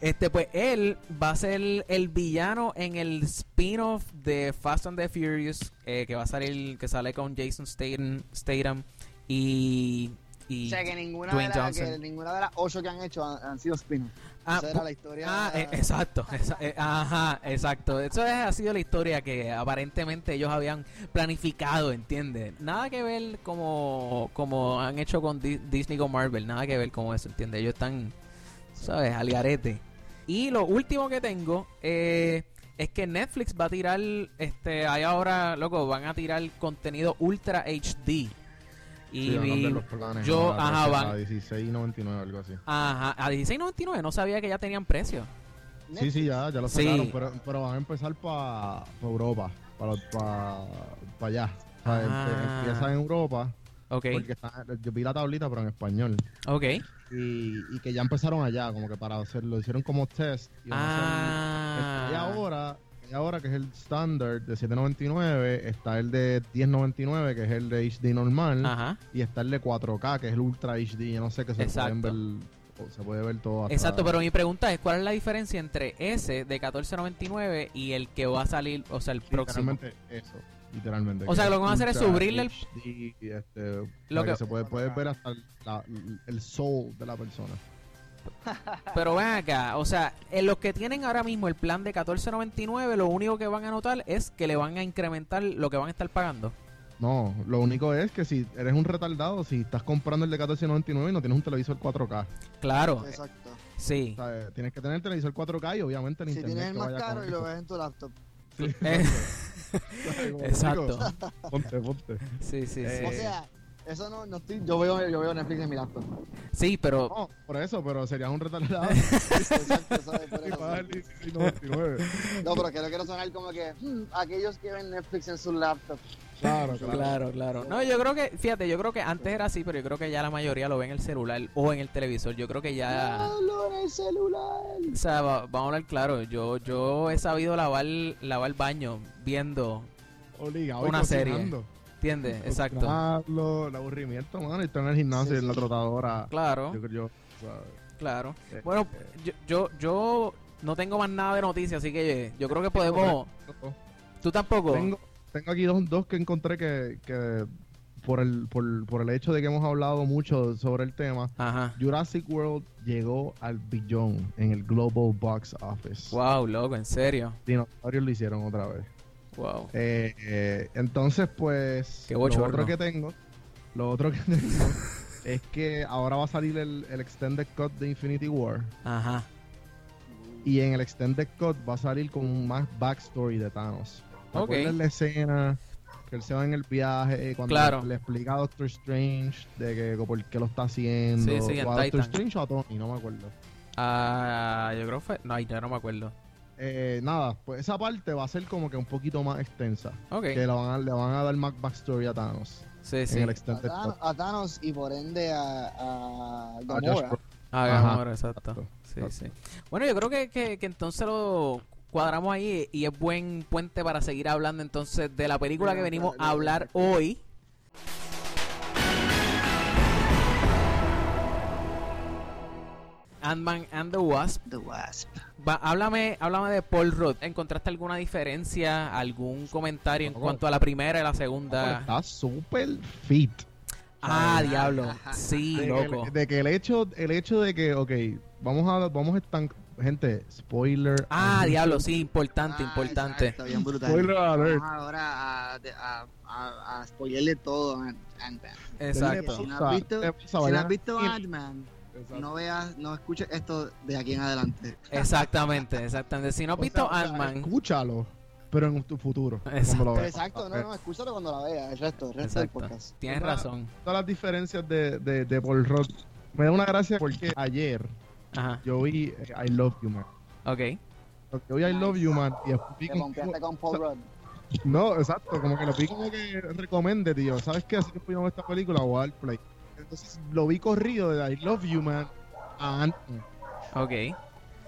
[SPEAKER 1] Este, pues él va a ser el villano en el spin-off de Fast and the Furious, eh, que va a salir, que sale con Jason Statham, Statham y. y-
[SPEAKER 2] O sea que ninguna,
[SPEAKER 1] Dwayne
[SPEAKER 2] de las,
[SPEAKER 1] Johnson.
[SPEAKER 2] que ninguna de las ocho que han hecho han, han sido spin
[SPEAKER 1] Ah,
[SPEAKER 2] Esa era la historia.
[SPEAKER 1] Ah, eh, exacto, esa- eh, ajá, exacto. Eso es- ha sido la historia que aparentemente ellos habían planificado, ¿entiendes? Nada que ver como, como han hecho con Di- Disney con Marvel, nada que ver como eso, ¿entiendes? Ellos están, ¿sabes? Al garete. Y lo último que tengo eh, es que Netflix va a tirar, este, ahí ahora, loco, van a tirar contenido Ultra HD. Y
[SPEAKER 3] Sí, van a
[SPEAKER 1] vi-
[SPEAKER 3] cambiar los planes
[SPEAKER 1] yo,
[SPEAKER 3] ahora,
[SPEAKER 1] ajá,
[SPEAKER 3] creo que
[SPEAKER 1] van-
[SPEAKER 3] A 16.99 algo así.
[SPEAKER 1] ajá, a 16.99 no sabía que ya tenían precio.
[SPEAKER 3] Sí, sí, ya, ya lo
[SPEAKER 1] Sí.
[SPEAKER 3] sacaron, pero, pero van a empezar para Europa, para allá. O sea, empe-
[SPEAKER 1] Ah.
[SPEAKER 3] empieza en Europa,
[SPEAKER 1] Ok,
[SPEAKER 3] porque está- yo vi la tablita, pero en español.
[SPEAKER 1] ok.
[SPEAKER 3] Y, y que ya empezaron allá, como que para hacerlo, hicieron como test. Y, van a hacer- y
[SPEAKER 1] Ah.
[SPEAKER 3] ahora, y ahora que es el standard de 7.99, está el de 10.99, que es el de HD normal,
[SPEAKER 1] Ajá.
[SPEAKER 3] y está el de 4K, que es el Ultra HD, yo no sé, que se, pueden
[SPEAKER 1] Exacto.
[SPEAKER 3] ver, o se puede ver todo. hasta-
[SPEAKER 1] Exacto, pero mi pregunta es, ¿cuál es la diferencia entre ese de 14.99 y el que va a salir, o sea, el próximo?
[SPEAKER 3] Literalmente eso, literalmente.
[SPEAKER 1] O sea, lo que van a hacer es
[SPEAKER 3] ultra
[SPEAKER 1] subirle el-
[SPEAKER 3] HD, este, o
[SPEAKER 1] Lo
[SPEAKER 3] sea, que,
[SPEAKER 1] que-
[SPEAKER 3] se puede, puede ver hasta el- la- el soul de la persona.
[SPEAKER 1] Pero ven acá, o sea, en los que tienen ahora mismo el plan de 14.99, lo único que van a notar es que le van a incrementar lo que van a estar pagando.
[SPEAKER 3] No, lo único es que si eres un retardado, si estás comprando el de 14.99 y no tienes un televisor 4K,
[SPEAKER 1] Claro,
[SPEAKER 2] Exacto.
[SPEAKER 3] o
[SPEAKER 1] sí.
[SPEAKER 3] sea, eh, tienes que tener el televisor 4K y obviamente el
[SPEAKER 2] Si
[SPEAKER 3] internet
[SPEAKER 2] tienes el
[SPEAKER 3] que
[SPEAKER 2] más
[SPEAKER 3] vaya
[SPEAKER 2] caro
[SPEAKER 3] con
[SPEAKER 2] y lo
[SPEAKER 3] eso.
[SPEAKER 2] ves en tu laptop.
[SPEAKER 1] Eh,
[SPEAKER 3] Como,
[SPEAKER 1] Exacto.
[SPEAKER 3] chicos, Ponte, ponte.
[SPEAKER 1] Sí, sí,
[SPEAKER 3] Eh.
[SPEAKER 2] O
[SPEAKER 1] sí.
[SPEAKER 2] sea, eso no, no estoy. Yo veo, yo veo Netflix en mi laptop.
[SPEAKER 1] Sí, pero
[SPEAKER 3] No, por eso, pero serías un retardado
[SPEAKER 2] Exacto, ¿sabes? Por
[SPEAKER 3] y
[SPEAKER 2] eso.
[SPEAKER 3] pagas el 16.99.
[SPEAKER 2] No, pero que no quiero sonar como que hmm, aquellos que ven Netflix en sus laptops.
[SPEAKER 3] Claro, claro.
[SPEAKER 1] Claro, claro. No, yo creo que, fíjate, yo creo que antes era así, pero yo creo que ya la mayoría lo ve en el celular o en el televisor. Yo creo que ya...
[SPEAKER 2] Hablo en el celular.
[SPEAKER 1] O sea, va- vamos a hablar claro, yo, yo he sabido lavar, lavar baño viendo,
[SPEAKER 3] Obligado y
[SPEAKER 1] Una serie.
[SPEAKER 3] cocinando.
[SPEAKER 1] ¿entiendes? Exacto.
[SPEAKER 3] Cocinarlo, el aburrimiento, mano. Y estar en el gimnasio,
[SPEAKER 2] Sí,
[SPEAKER 3] en la
[SPEAKER 2] sí.
[SPEAKER 3] trotadora.
[SPEAKER 1] Claro,
[SPEAKER 3] Yo creo yo. o sea,
[SPEAKER 1] claro.
[SPEAKER 3] eh,
[SPEAKER 1] Bueno, yo, yo, yo no tengo más nada de noticias, así que eh, yo creo que podemos...
[SPEAKER 3] no.
[SPEAKER 1] ¿Tú tampoco?
[SPEAKER 3] Tengo, tengo aquí dos, dos que encontré que, que por, el, por, por el hecho de que hemos hablado mucho sobre el tema,
[SPEAKER 1] Ajá.
[SPEAKER 3] Jurassic World llegó al billón en el Global Box Office.
[SPEAKER 1] Wow, loco, en serio.
[SPEAKER 3] Dinosaurios lo hicieron otra vez.
[SPEAKER 1] Wow.
[SPEAKER 3] Eh, eh, entonces, pues,
[SPEAKER 1] Qué
[SPEAKER 3] lo
[SPEAKER 1] bochorno.
[SPEAKER 3] otro que tengo, lo otro que tengo es que ahora va a salir el, el Extended Cut de Infinity War.
[SPEAKER 1] Ajá.
[SPEAKER 3] Y en el Extended Cut va a salir con más backstory de Thanos. ¿Te
[SPEAKER 1] Ok.
[SPEAKER 3] acuerdas la escena que él se va en el viaje? Cuando
[SPEAKER 1] Claro.
[SPEAKER 3] le explica a Doctor Strange de que co- por qué lo está haciendo.
[SPEAKER 1] Sí, sí, en
[SPEAKER 3] o a
[SPEAKER 1] Titan.
[SPEAKER 3] Doctor Strange o a Tony, no me acuerdo.
[SPEAKER 1] Ah, yo creo que fue... No, ay, ya no me acuerdo.
[SPEAKER 3] Eh, nada, pues esa parte va a ser como que un poquito más extensa.
[SPEAKER 1] Ok.
[SPEAKER 3] Que la van a- le van a dar más backstory a Thanos
[SPEAKER 1] Sí, sí.
[SPEAKER 3] en el
[SPEAKER 2] A,
[SPEAKER 3] Extended
[SPEAKER 1] pues.
[SPEAKER 2] Thanos,
[SPEAKER 3] Cut.
[SPEAKER 2] a Thanos y por ende a, a
[SPEAKER 3] A Josh
[SPEAKER 2] Gamora.
[SPEAKER 3] Brolin.
[SPEAKER 1] Ah,
[SPEAKER 3] Ajá.
[SPEAKER 1] Gamora, exacto.
[SPEAKER 3] Exacto,
[SPEAKER 1] Sí,
[SPEAKER 3] exacto.
[SPEAKER 1] sí. Bueno, yo creo que, que- que entonces lo cuadramos ahí y es buen puente para seguir hablando entonces de la película que venimos a hablar hoy. Ant-Man and the Wasp.
[SPEAKER 2] The Wasp.
[SPEAKER 1] Va, háblame, háblame de Paul Rudd. ¿Encontraste alguna diferencia, algún comentario en
[SPEAKER 3] No.
[SPEAKER 1] cuanto a la primera y la
[SPEAKER 3] Ah,
[SPEAKER 1] segunda?
[SPEAKER 3] Está súper fit.
[SPEAKER 1] Ah, diablo. Sí,
[SPEAKER 3] de,
[SPEAKER 1] loco.
[SPEAKER 3] Que, de que el hecho, el hecho de que, ok, vamos a, vamos a estanc- gente, spoiler.
[SPEAKER 1] Ah,
[SPEAKER 3] alert.
[SPEAKER 1] diablo, sí,
[SPEAKER 2] Ah,
[SPEAKER 1] importante, importante.
[SPEAKER 2] Está bien brutal.
[SPEAKER 3] Spoiler alert.
[SPEAKER 2] Vamos ahora a, a, a, a spoilerle todo a Ant-Man.
[SPEAKER 1] Exacto.
[SPEAKER 2] Si no has
[SPEAKER 3] O sea,
[SPEAKER 2] visto-
[SPEAKER 3] eh, o sea,
[SPEAKER 2] Si no
[SPEAKER 3] vayan
[SPEAKER 2] has
[SPEAKER 3] a-
[SPEAKER 2] visto
[SPEAKER 3] Sí.
[SPEAKER 2] Ant-Man, no veas, no escuches esto de aquí en adelante.
[SPEAKER 1] Ah, Exactamente, exactamente. Si no has
[SPEAKER 3] O sea,
[SPEAKER 1] visto
[SPEAKER 3] o sea,
[SPEAKER 1] Ant-Man,
[SPEAKER 3] Escúchalo, pero en tu futuro.
[SPEAKER 1] Exacto.
[SPEAKER 3] Cuando lo veas.
[SPEAKER 2] Exacto, no, no, escúchalo cuando la veas, el resto, el resto del
[SPEAKER 1] exacto.
[SPEAKER 2] podcast.
[SPEAKER 1] Tienes
[SPEAKER 3] Una-
[SPEAKER 1] razón.
[SPEAKER 3] Todas las diferencias de, de, de Paul Rudd. Me da una gracia porque ayer
[SPEAKER 1] Ajá.
[SPEAKER 3] yo vi eh, I Love You Man.
[SPEAKER 1] Ok.
[SPEAKER 3] Yo vi I Love You Man y después vi
[SPEAKER 2] Te
[SPEAKER 3] como-
[SPEAKER 2] pompeaste con Paul Rudd.
[SPEAKER 3] No, exacto, como que lo vi como que recomende, tío. ¿Sabes qué? Así que yo esta película voy a dar play. Entonces lo vi corrido de I Love You Man a Ant-Man.
[SPEAKER 1] Ok.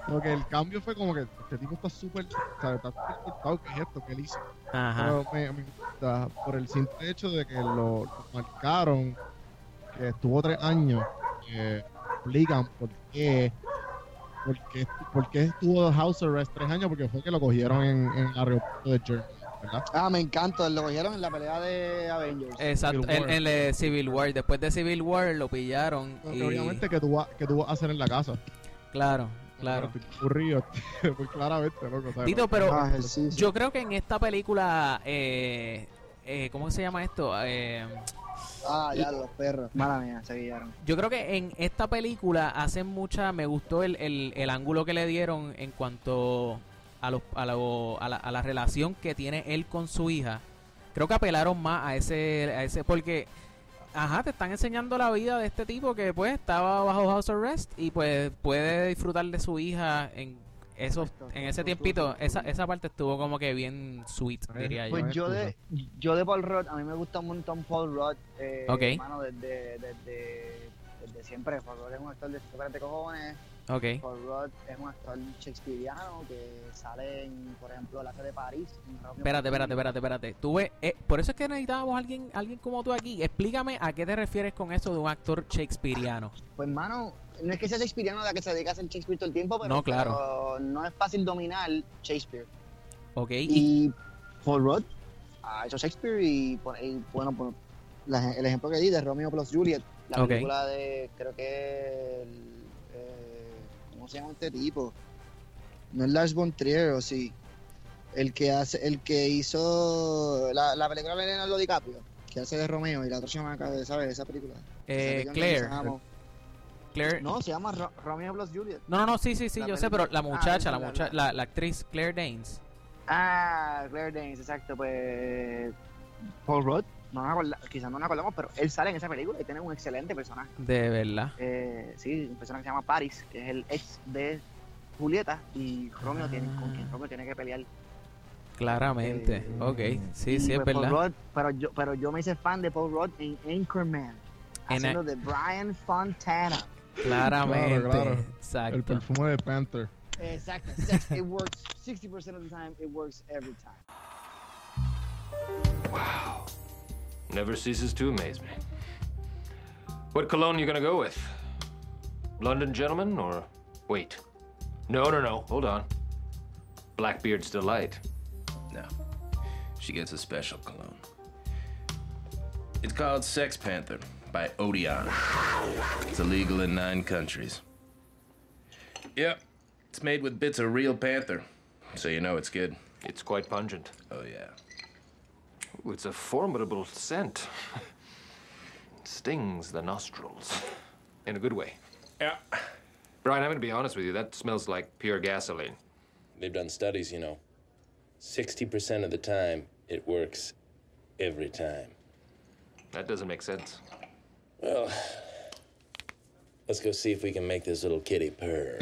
[SPEAKER 3] Como que el cambio fue como que este tipo está súper. o sea, Está súper cortado, ¿qué es esto? ¿Qué él hizo?
[SPEAKER 1] Ajá.
[SPEAKER 3] Pero me, me gusta por el simple hecho de que lo, lo marcaron, que estuvo tres años, que explican por qué, por qué, por qué estuvo house arrest tres años, porque fue que lo cogieron en, en el aeropuerto de Germany, ¿verdad?
[SPEAKER 2] Ah, me encanta. Lo cogieron en la pelea de Avengers.
[SPEAKER 1] Exacto.
[SPEAKER 3] Civil
[SPEAKER 1] En,
[SPEAKER 3] War.
[SPEAKER 1] en el eh, Civil War. Después de Civil War lo pillaron.
[SPEAKER 3] Entonces,
[SPEAKER 1] Y,
[SPEAKER 3] Obviamente que tú, vas- que tú vas a hacer en la casa.
[SPEAKER 1] Claro, claro.
[SPEAKER 3] Pero estoy Aburrido, pues claramente, loco. o sea,
[SPEAKER 1] Tito,
[SPEAKER 3] no-
[SPEAKER 1] pero
[SPEAKER 2] Ah, sí, sí.
[SPEAKER 1] Yo creo que en esta película, eh, eh, ¿cómo se llama esto? Eh,
[SPEAKER 2] Ah, ya, los perros. Mala mía, se guiaron.
[SPEAKER 1] yo creo que en esta película hacen mucha, me gustó el, el- el ángulo que le dieron en cuanto a, los, a, lo- a la, a la relación que tiene él con su hija. Creo que apelaron más a ese, a ese porque, ajá, te están enseñando la vida de este tipo que pues estaba bajo house arrest y pues puede disfrutar de su hija en... Eso, en ese tiempito, esa, esa parte estuvo como que bien sweet, diría yo.
[SPEAKER 2] Pues
[SPEAKER 3] no
[SPEAKER 2] yo
[SPEAKER 3] es
[SPEAKER 2] de, yo de Paul Rudd, a mí me gusta un montón Paul Rudd. Eh,
[SPEAKER 1] Ok.
[SPEAKER 2] Hermano, desde, desde, desde siempre. Paul Rudd es un actor de de cojones.
[SPEAKER 1] Ok.
[SPEAKER 2] Paul Rudd es un actor shakespeariano que sale en, por ejemplo, la serie de París. en Romeo
[SPEAKER 1] Espérate,
[SPEAKER 2] y Julieta.
[SPEAKER 1] espérate, espérate, espérate. Tú ves, eh, por eso es que necesitábamos alguien, alguien como tú aquí. Explícame a qué te refieres con eso de un actor shakespeareano.
[SPEAKER 2] Pues, hermano, no es que sea shakespeariano la que se dedica a hacer Shakespeare todo el tiempo, pero,
[SPEAKER 1] No, claro.
[SPEAKER 2] pero no es fácil dominar Shakespeare.
[SPEAKER 1] ¿Ok? Y,
[SPEAKER 2] Y Paul Rudd ha hecho Shakespeare y, pon- y, bueno, pon- la- el ejemplo que di de Romeo plus Juliet, la
[SPEAKER 1] Ok.
[SPEAKER 2] película de, creo que, el, eh, ¿cómo se llama este tipo? No es Lars von Trier, o sí. El que hace, el que hizo la, la película de Leonardo DiCaprio, que hace de Romeo y la otra chamaca, de- ¿sabes? Esa película.
[SPEAKER 1] eh,
[SPEAKER 2] Esa película que
[SPEAKER 1] Claire,
[SPEAKER 2] se llama-
[SPEAKER 1] Claire. No,
[SPEAKER 2] No, se llama Ro- Romeo plus Juliet.
[SPEAKER 1] no, no, sí, sí, sí,
[SPEAKER 2] La
[SPEAKER 1] yo sé,
[SPEAKER 2] película-
[SPEAKER 1] pero la
[SPEAKER 2] ah,
[SPEAKER 1] muchacha, la,
[SPEAKER 2] la-
[SPEAKER 1] mucha-
[SPEAKER 2] la-
[SPEAKER 1] la, la actriz Claire Danes.
[SPEAKER 2] Ah, Claire Danes, exacto, pues Paul Rudd, no nos acorda- quizás no nos acordamos, pero él sale en esa película y tiene un excelente personaje.
[SPEAKER 1] De verdad.
[SPEAKER 2] Eh, sí, un personaje que se llama Paris, que es el ex de Julieta y Romeo tiene, con
[SPEAKER 1] Ah.
[SPEAKER 2] quien Romeo tiene que pelear.
[SPEAKER 1] Claramente.
[SPEAKER 2] Eh,
[SPEAKER 1] ok. Sí,
[SPEAKER 2] Y,
[SPEAKER 1] sí, es
[SPEAKER 2] pues, Paul
[SPEAKER 1] verdad.
[SPEAKER 2] Rudd, pero, yo, pero yo me hice fan de Paul Rudd en Anchorman,
[SPEAKER 1] En
[SPEAKER 2] haciendo de Brian Fontana.
[SPEAKER 1] Claramente.
[SPEAKER 3] Claro, claro. El
[SPEAKER 1] Exacto.
[SPEAKER 3] perfume de Panther.
[SPEAKER 2] Exacto, sex- it works 60% of the time, it works every time.
[SPEAKER 8] Never ceases to amaze me. What cologne you gonna go with? London Gentleman or. Wait. No, no, no. Hold on. Blackbeard's Delight.
[SPEAKER 9] No. She gets a special cologne. It's called Sex Panther by Odeon. It's illegal in nine countries. Yep. It's made with bits of real panther. So you know it's good.
[SPEAKER 8] It's quite pungent.
[SPEAKER 9] Oh, yeah.
[SPEAKER 8] Ooh, it's a formidable scent. Stings the nostrils. In a good way.
[SPEAKER 9] Yeah.
[SPEAKER 8] Brian, I'm gonna be honest with you. That smells like pure gasoline.
[SPEAKER 9] They've done studies, you know. 60% of the time, it works every time.
[SPEAKER 8] That doesn't make sense.
[SPEAKER 9] Well, let's go see if we can make this little kitty purr.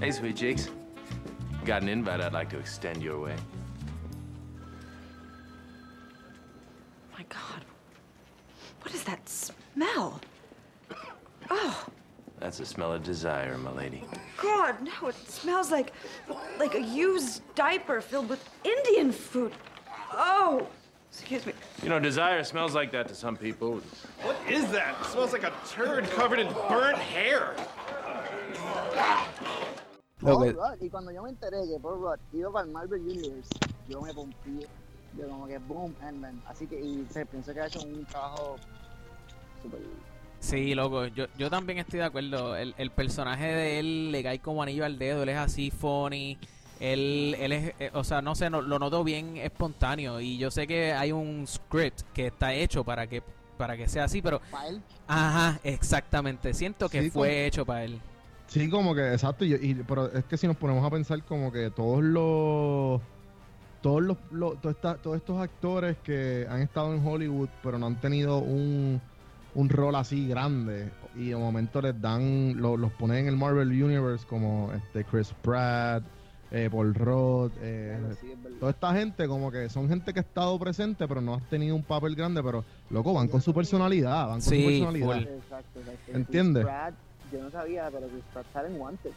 [SPEAKER 9] hey, sweet cheeks. Got an invite I'd like to extend your way.
[SPEAKER 10] My God. What is that smell?
[SPEAKER 9] That's the smell of desire, my lady.
[SPEAKER 10] God, no, it smells like like a used diaper filled with Indian food. Oh, excuse me.
[SPEAKER 9] You know, desire smells like that to some people.
[SPEAKER 11] What is that? It smells like a turd covered in burnt hair.
[SPEAKER 1] Lo
[SPEAKER 2] Paul
[SPEAKER 1] que-
[SPEAKER 2] Rudd, y cuando yo me enteré que Paul Rudd iba para el Marvel Universe, yo me pompié. Yo como que boom, Ant-Man. Así que y se pensó que ha hecho un trabajo súper...
[SPEAKER 1] Sí, loco, yo, yo también estoy de acuerdo. El, el personaje de él le cae como anillo al dedo, él es así funny, él, él es, eh, o sea, no sé, no- lo noto bien espontáneo y yo sé que hay un script que está hecho para que para que sea así, pero
[SPEAKER 2] Para él,
[SPEAKER 1] ajá, exactamente, siento que
[SPEAKER 3] Sí,
[SPEAKER 1] fue
[SPEAKER 3] como-
[SPEAKER 1] hecho para él.
[SPEAKER 3] Sí, como que, exacto. y- y- pero es que si nos ponemos a pensar como que todos los... Todos, los, lo- todo esta- todos estos actores que han estado en Hollywood pero no han tenido un, un rol así grande y de momento les dan, lo- los ponen en el Marvel Universe como este Chris Pratt, eh, Paul Roth, eh, toda esta gente como que son gente que ha estado presente pero no ha tenido un papel grande, pero loco, van con su personalidad, van con
[SPEAKER 1] Sí,
[SPEAKER 3] su personalidad.
[SPEAKER 1] full.
[SPEAKER 2] Exacto, exacto.
[SPEAKER 3] ¿Entiendes?
[SPEAKER 2] Chris Pratt, yo no sabía, pero Chris Pratt sale en Wanted.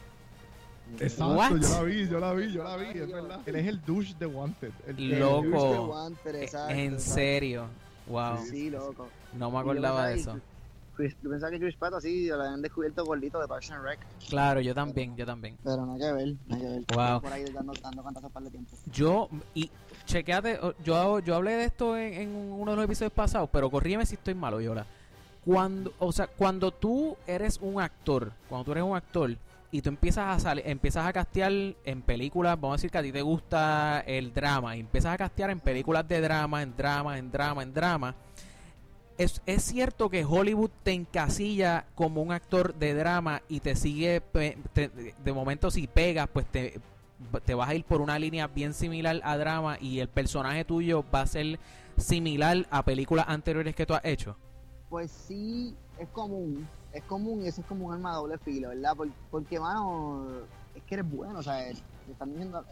[SPEAKER 3] Exacto,
[SPEAKER 1] What?
[SPEAKER 3] yo la vi, yo la vi, yo la vi, es verdad. Él es el douche de Wanted. el- el douche de
[SPEAKER 1] Loco.
[SPEAKER 3] Wanted, exacto,
[SPEAKER 1] En
[SPEAKER 3] exacto.
[SPEAKER 1] serio. Wow.
[SPEAKER 2] Sí, loco.
[SPEAKER 1] No me
[SPEAKER 2] Y yo
[SPEAKER 1] acordaba
[SPEAKER 2] pensaba
[SPEAKER 1] de
[SPEAKER 2] que
[SPEAKER 1] eso.
[SPEAKER 2] Chris- yo pensaba que Chris Pratt así lo habían descubierto gordito de Parks and Rec.
[SPEAKER 1] Claro, yo también, yo también.
[SPEAKER 2] Pero no hay que ver, no hay que ver.
[SPEAKER 1] Wow.
[SPEAKER 2] Por ahí dando, dando cantazos par de tiempo.
[SPEAKER 1] Yo, y chequeate, o- yo, yo hablé de esto en, en uno de los episodios pasados, pero corrígeme si estoy malo, Yola. Cuando, o sea, cuando tú eres un actor, cuando tú eres un actor y tú empiezas a salir, empiezas a castear en películas, vamos a decir que a ti te gusta el drama, y empiezas a castear en películas de drama, en drama, en drama, en drama. Es, es cierto que Hollywood te encasilla como un actor de drama y te sigue, pe- te- de momento si pegas, pues te, te vas a ir por una línea bien similar a drama y el personaje tuyo va a ser similar a películas anteriores que tú has hecho.
[SPEAKER 2] Pues sí, es común. Es común y eso es como un arma de doble filo, ¿verdad? Por- porque, mano, es que eres bueno, o sea, te están diciendo,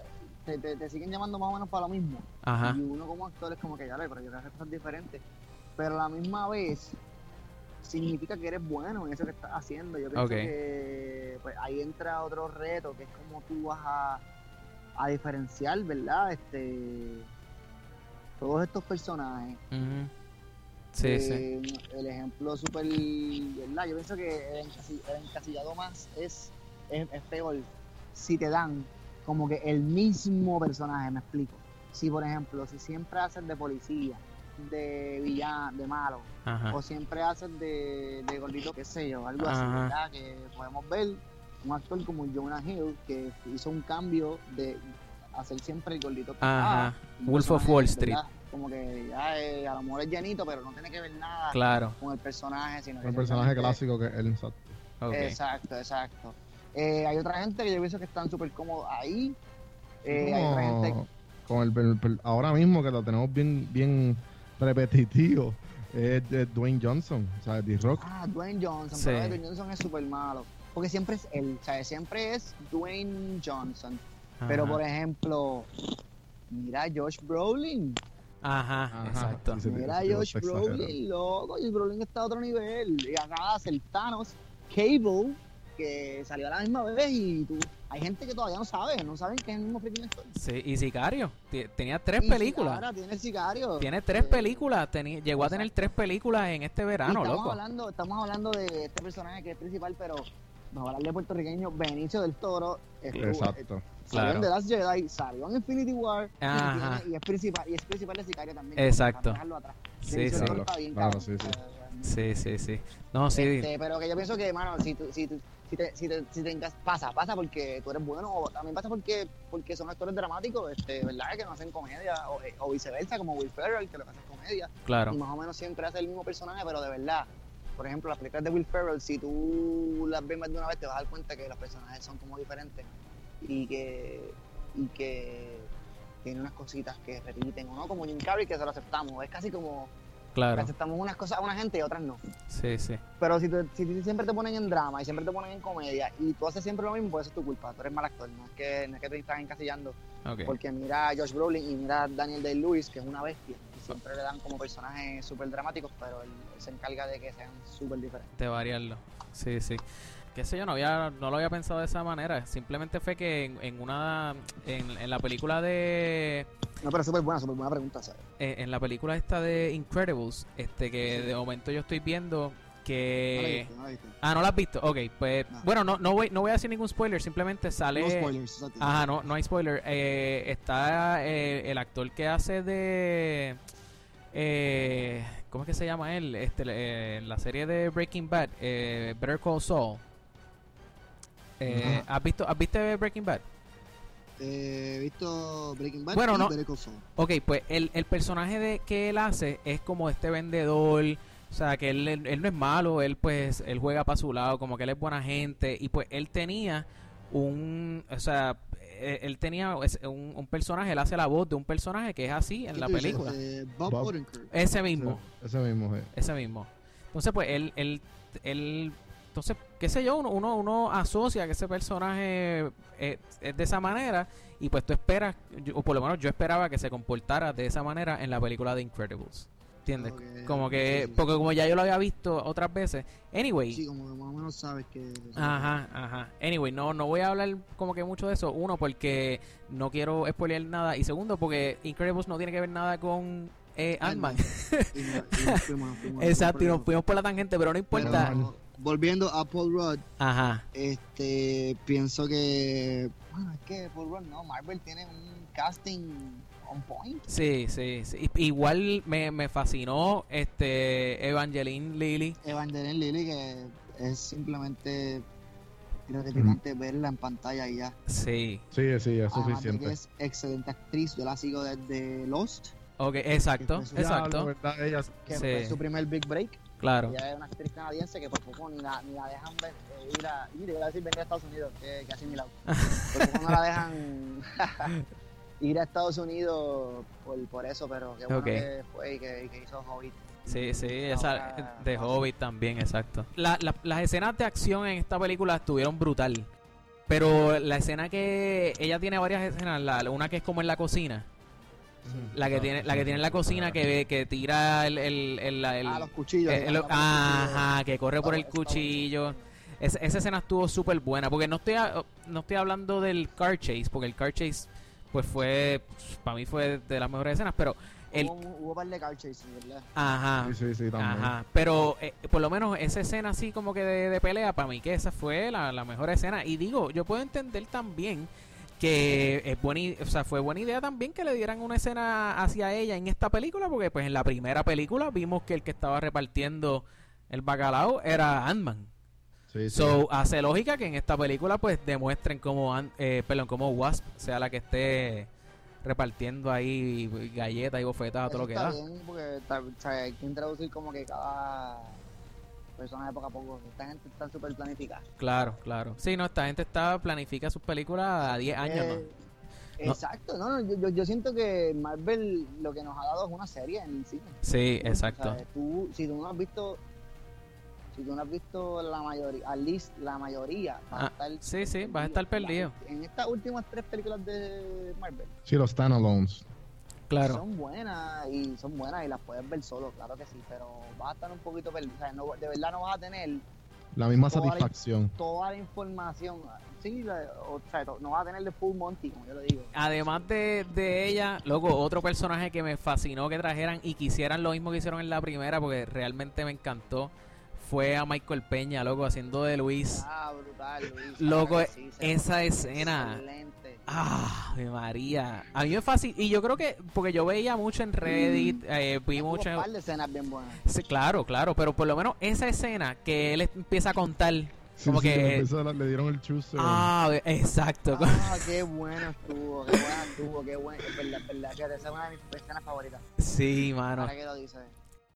[SPEAKER 2] te, te- te siguen llamando más o menos para lo mismo.
[SPEAKER 1] Ajá.
[SPEAKER 2] Y uno como actor es como que ya le, pero yo quiero hacer cosas diferentes. Pero a la misma vez, significa que eres bueno en eso que estás haciendo. Yo pienso
[SPEAKER 1] Ok.
[SPEAKER 2] que pues, ahí entra otro reto, que es como tú vas a, a diferenciar, ¿verdad? Este, todos estos personajes.
[SPEAKER 1] Ujú. Sí, sí.
[SPEAKER 2] Eh, El ejemplo súper, ¿verdad? Yo pienso que el, encasi- el encasillado más es, es, es peor si te dan como que el mismo personaje, me explico. Si, por ejemplo, si siempre haces de policía, de villano, de malo,
[SPEAKER 1] Ajá.
[SPEAKER 2] o siempre haces de, de gordito, qué sé yo, algo así,
[SPEAKER 1] Ajá.
[SPEAKER 2] ¿verdad? Que podemos ver un actor como Jonah Hill que hizo un cambio de hacer siempre el gordito. que
[SPEAKER 1] Ajá.
[SPEAKER 2] estaba, un
[SPEAKER 1] Wolf of
[SPEAKER 2] personaje,
[SPEAKER 1] Wall Street.
[SPEAKER 2] ¿verdad? Como que ya eh, a lo mejor es llanito, pero no tiene que ver nada
[SPEAKER 1] Claro.
[SPEAKER 2] con el personaje, sino que
[SPEAKER 3] El personaje
[SPEAKER 2] simplemente-
[SPEAKER 3] clásico que es él, exacto.
[SPEAKER 2] Exacto, exacto. Eh, hay otra gente que yo pienso que están súper cómodos ahí. Eh, hay otra gente
[SPEAKER 3] como, como el, el- el- ahora mismo que lo tenemos bien bien repetitivo es de Dwayne Johnson o sea D-Rock
[SPEAKER 2] Ah, Dwayne Johnson,
[SPEAKER 3] Sí.
[SPEAKER 2] pero Dwayne Johnson es súper malo. Porque siempre es él, ¿sabes? Siempre es Dwayne Johnson. Pero
[SPEAKER 1] Ajá.
[SPEAKER 2] por ejemplo, mira a Josh Brolin.
[SPEAKER 1] Ajá, exacto.
[SPEAKER 2] Mira a Josh Brolin, loco. Josh Brolin está a otro nivel. Y acá hace el Thanos, Cable, que salió a la misma vez y tú. Hay gente que todavía no sabe, no saben que es el mismo freaking actor.
[SPEAKER 1] Sí, y Sicario. Ti- Tenía tres
[SPEAKER 2] Y
[SPEAKER 1] películas.
[SPEAKER 2] Ahora tiene Eh, sicario.
[SPEAKER 1] Tiene tres películas. Teni- llegó a tener tres películas en este
[SPEAKER 2] Y
[SPEAKER 1] verano,
[SPEAKER 2] estamos
[SPEAKER 1] loco.
[SPEAKER 2] Hablando, estamos hablando de este personaje que es principal, pero vamos a hablar de puertorriqueño, Benicio del Toro. estuvo- eh,
[SPEAKER 3] exacto
[SPEAKER 2] Salió en The Last Jedi, salió en Infinity War y
[SPEAKER 1] Ajá.
[SPEAKER 2] tiene- y, es principal, y es principal de Sicario también.
[SPEAKER 1] Exacto.
[SPEAKER 2] para dejarlo atrás.
[SPEAKER 1] Sí,
[SPEAKER 2] Benicio
[SPEAKER 1] sí.
[SPEAKER 2] del Toro está bien,
[SPEAKER 1] Claro,
[SPEAKER 2] cabrón. Eh,
[SPEAKER 1] sí, sí. Sí, sí, sí. No, sí.
[SPEAKER 2] Este, pero que yo pienso que, mano, si, tú- si, tú- si te, si, te, si te encas- pasa, pasa porque tú eres bueno, o también pasa porque, porque son actores dramáticos, este, ¿verdad? Que no hacen comedia, o, eh, o viceversa, como Will Ferrell, que lo que hace es comedia.
[SPEAKER 1] Claro.
[SPEAKER 2] Y más o menos siempre hace el mismo personaje, pero de verdad. Por ejemplo, las películas de Will Ferrell, si tú las ves más de una vez, te vas a dar cuenta que los personajes son como diferentes y que, y que tiene unas cositas que repiten, o no como Jim Carrey, que se lo aceptamos. Es casi como
[SPEAKER 1] Claro.
[SPEAKER 2] que aceptamos unas cosas a una gente y otras no.
[SPEAKER 1] Sí, sí.
[SPEAKER 2] Pero si, te- si, si siempre te ponen en drama y siempre te ponen en comedia y tú haces siempre lo mismo, pues eso es tu culpa. Tú eres mal actor, no es que, no es que te estás encasillando.
[SPEAKER 1] Ok.
[SPEAKER 2] Porque mira a Josh Brolin y mira a Daniel Day-Lewis, que es una bestia. Y siempre le dan como personajes súper dramáticos, pero él, él se encarga de que sean súper diferentes.
[SPEAKER 1] De variarlo. Sí, sí. Qué sé yo, no, había, no lo había pensado de esa manera. Simplemente fue que en, en una. En, en la película de. e,
[SPEAKER 2] No, pero súper buena, súper buena pregunta, ¿sabes?
[SPEAKER 1] En, en la película esta de Incredibles, este que de momento yo estoy viendo que.
[SPEAKER 2] No la he visto, no la he visto.
[SPEAKER 1] Ah, no la has visto. Ok, pues. Bueno, no, no, voy, no voy a decir ningún spoiler, simplemente sale.
[SPEAKER 2] No spoilers, exacto.
[SPEAKER 1] Ajá, no, no hay spoiler. Eh, está eh, el actor que hace de. eh, ¿Cómo es que se llama él? Este, eh, la serie de Breaking Bad, eh, Better Call Saul. Eh, ¿has, visto, ¿Has visto Breaking Bad?
[SPEAKER 2] Eh, He visto Breaking Bad
[SPEAKER 1] Bueno,
[SPEAKER 2] y
[SPEAKER 1] no.
[SPEAKER 2] Better Call Saul.
[SPEAKER 1] Ok, pues el, el personaje de, que él hace es como este vendedor. O sea, que él, él- él no es malo, él pues, él juega para su lado, como que él es buena gente. Y pues él tenía un, o sea, él, él tenía es- un, un personaje, él hace la voz de un personaje que es así en
[SPEAKER 2] ¿Qué
[SPEAKER 1] la
[SPEAKER 2] tú dices?
[SPEAKER 1] película.
[SPEAKER 2] Eh, Bob,
[SPEAKER 1] Bob.
[SPEAKER 2] Odenkirk.
[SPEAKER 1] Ese mismo.
[SPEAKER 3] ese mismo eh. sí.
[SPEAKER 1] Ese mismo. Entonces, pues él, él, él Entonces, qué sé yo, uno, uno, uno asocia que ese personaje eh, es de esa manera y pues tú esperas, yo- o por lo menos yo esperaba que se comportara de esa manera en la película de Incredibles. ¿Entiendes? como que, porque como ya yo lo había visto otras veces. Anyway.
[SPEAKER 2] Sí, como que más o menos sabes que.
[SPEAKER 1] Ajá, ajá. Anyway, no, no voy a hablar como que mucho de eso. Uno, porque no quiero spoilear nada. Y segundo, porque Incredibles no tiene que ver nada con eh, Ant-Man. Exacto, y nos fuimos por la tangente, pero no importa.
[SPEAKER 2] Pero, volviendo a Paul Rudd,
[SPEAKER 1] Ajá.
[SPEAKER 2] este, pienso que. Bueno, es que Paul Rudd no, Marvel tiene un casting on point.
[SPEAKER 1] Sí, sí, sí. I- Igual me, me fascinó este Evangeline Lilly.
[SPEAKER 2] Evangeline Lilly, que es simplemente gratificante verla en pantalla y ya.
[SPEAKER 1] Sí.
[SPEAKER 3] Sí, sí, es
[SPEAKER 2] Además de
[SPEAKER 3] suficiente.
[SPEAKER 2] que Ah, es excelente actriz, yo la sigo desde Lost,
[SPEAKER 1] Ok, exacto,
[SPEAKER 2] Que fue su-
[SPEAKER 1] exacto.
[SPEAKER 2] Diablo, ¿verdad?
[SPEAKER 3] Ella-
[SPEAKER 2] que
[SPEAKER 1] Sí.
[SPEAKER 2] fue su primer Big Break.
[SPEAKER 1] Claro.
[SPEAKER 2] Ella es una actriz canadiense que por poco ni la, ni la dejan ver- eh, ir a, ir, iba a decir venir a Estados Unidos, que, que así mi lado. Por poco no la dejan ir a Estados Unidos por, por eso, pero qué bueno
[SPEAKER 1] Ok.
[SPEAKER 2] que fue y que, y que hizo Hobbit. Ah,
[SPEAKER 1] Sí, sí, esa de Hobbit también, exacto. La- la- las escenas de acción en esta película estuvieron brutal. Pero la escena que ella tiene varias escenas, la, una que es como en la cocina. La que tiene la que tiene en la cocina que ve- que tira el, el, el- la- el-
[SPEAKER 2] Ah, los cuchillos,
[SPEAKER 1] el-
[SPEAKER 2] que
[SPEAKER 1] el-
[SPEAKER 2] anda por los
[SPEAKER 1] ajá, que corre por
[SPEAKER 2] Está
[SPEAKER 1] el
[SPEAKER 2] bu- está
[SPEAKER 1] cuchillo. Esa- esa escena estuvo súper buena porque no estoy a- no estoy hablando del car chase, porque el car chase pues fue para mí fue de las mejores escenas, pero el
[SPEAKER 2] Hubo, hubo un par de car chases, ¿verdad?
[SPEAKER 1] Ajá.
[SPEAKER 3] Sí, sí, sí, también.
[SPEAKER 1] Ajá. Pero eh, por lo menos esa escena así como que de, de pelea, para mí que esa fue la, la mejor escena. Y digo, yo puedo entender también que es buena, i- o sea, fue buena idea también que le dieran una escena hacia ella en esta película, porque pues en la primera película vimos que el que estaba repartiendo el bacalao era Ant-Man.
[SPEAKER 3] Sí, sí.
[SPEAKER 1] So, hace lógica que en esta película pues demuestren cómo, Ant- eh, perdón, cómo Wasp sea la que esté repartiendo ahí galletas y bofetadas a Ah, todo lo que
[SPEAKER 2] Está
[SPEAKER 1] da.
[SPEAKER 2] bien, porque ta- o sea, hay que introducir como que cada personaje poco a poco. Esta gente está súper planificada.
[SPEAKER 1] Claro, claro. Sí, no, esta gente está planifica sus películas a 10 años
[SPEAKER 2] Eh,
[SPEAKER 1] más. No.
[SPEAKER 2] Exacto, no, no, yo, yo, yo siento que Marvel lo que nos ha dado es una serie en el cine.
[SPEAKER 1] Sí,
[SPEAKER 2] O sea,
[SPEAKER 1] exacto.
[SPEAKER 2] tú, si tú no has visto, si tú no has visto la mayoría, at least la mayoría, vas a
[SPEAKER 1] Ah,
[SPEAKER 2] estar
[SPEAKER 1] sí, sí, vas a estar perdido.
[SPEAKER 2] en estas últimas tres películas de Marvel.
[SPEAKER 3] Sí, los standalones.
[SPEAKER 1] Claro.
[SPEAKER 2] Son buenas y son buenas y las puedes ver solo, claro que sí, pero vas a estar un poquito perdido. O sea, no- de verdad no vas a tener
[SPEAKER 3] La misma
[SPEAKER 2] toda la-
[SPEAKER 3] satisfacción.
[SPEAKER 2] toda la información. Sí, la- o sea, to- no vas a tener de full Monty, como yo lo digo.
[SPEAKER 1] Además de, de ella, loco, otro personaje que me fascinó que trajeran y quisieran lo mismo que hicieron en la primera, porque realmente me encantó, fue a Michael Peña, loco, haciendo de Luis.
[SPEAKER 2] Ah, brutal, Luis.
[SPEAKER 1] Loco,
[SPEAKER 2] claro que sí, se-
[SPEAKER 1] esa escena.
[SPEAKER 2] Excelente.
[SPEAKER 1] Ah, mi María. A mí me fascinó. Y yo creo que, porque yo veía mucho en Reddit,
[SPEAKER 2] Mm.
[SPEAKER 1] eh, vi
[SPEAKER 2] Hubo
[SPEAKER 1] mucho.
[SPEAKER 2] un par de escenas bien buenas.
[SPEAKER 1] Sí, claro, claro, pero por lo menos esa escena que él empieza a contar,
[SPEAKER 3] Sí,
[SPEAKER 1] como
[SPEAKER 3] sí,
[SPEAKER 1] que...
[SPEAKER 3] le empezó- le dieron el true serum.
[SPEAKER 1] Ah, exacto.
[SPEAKER 2] Ah, qué bueno estuvo, qué bueno estuvo, qué bueno. Es verdad, es verdad, que esa es una de mis escenas favoritas.
[SPEAKER 1] Sí, mano.
[SPEAKER 2] Ahora que lo dices.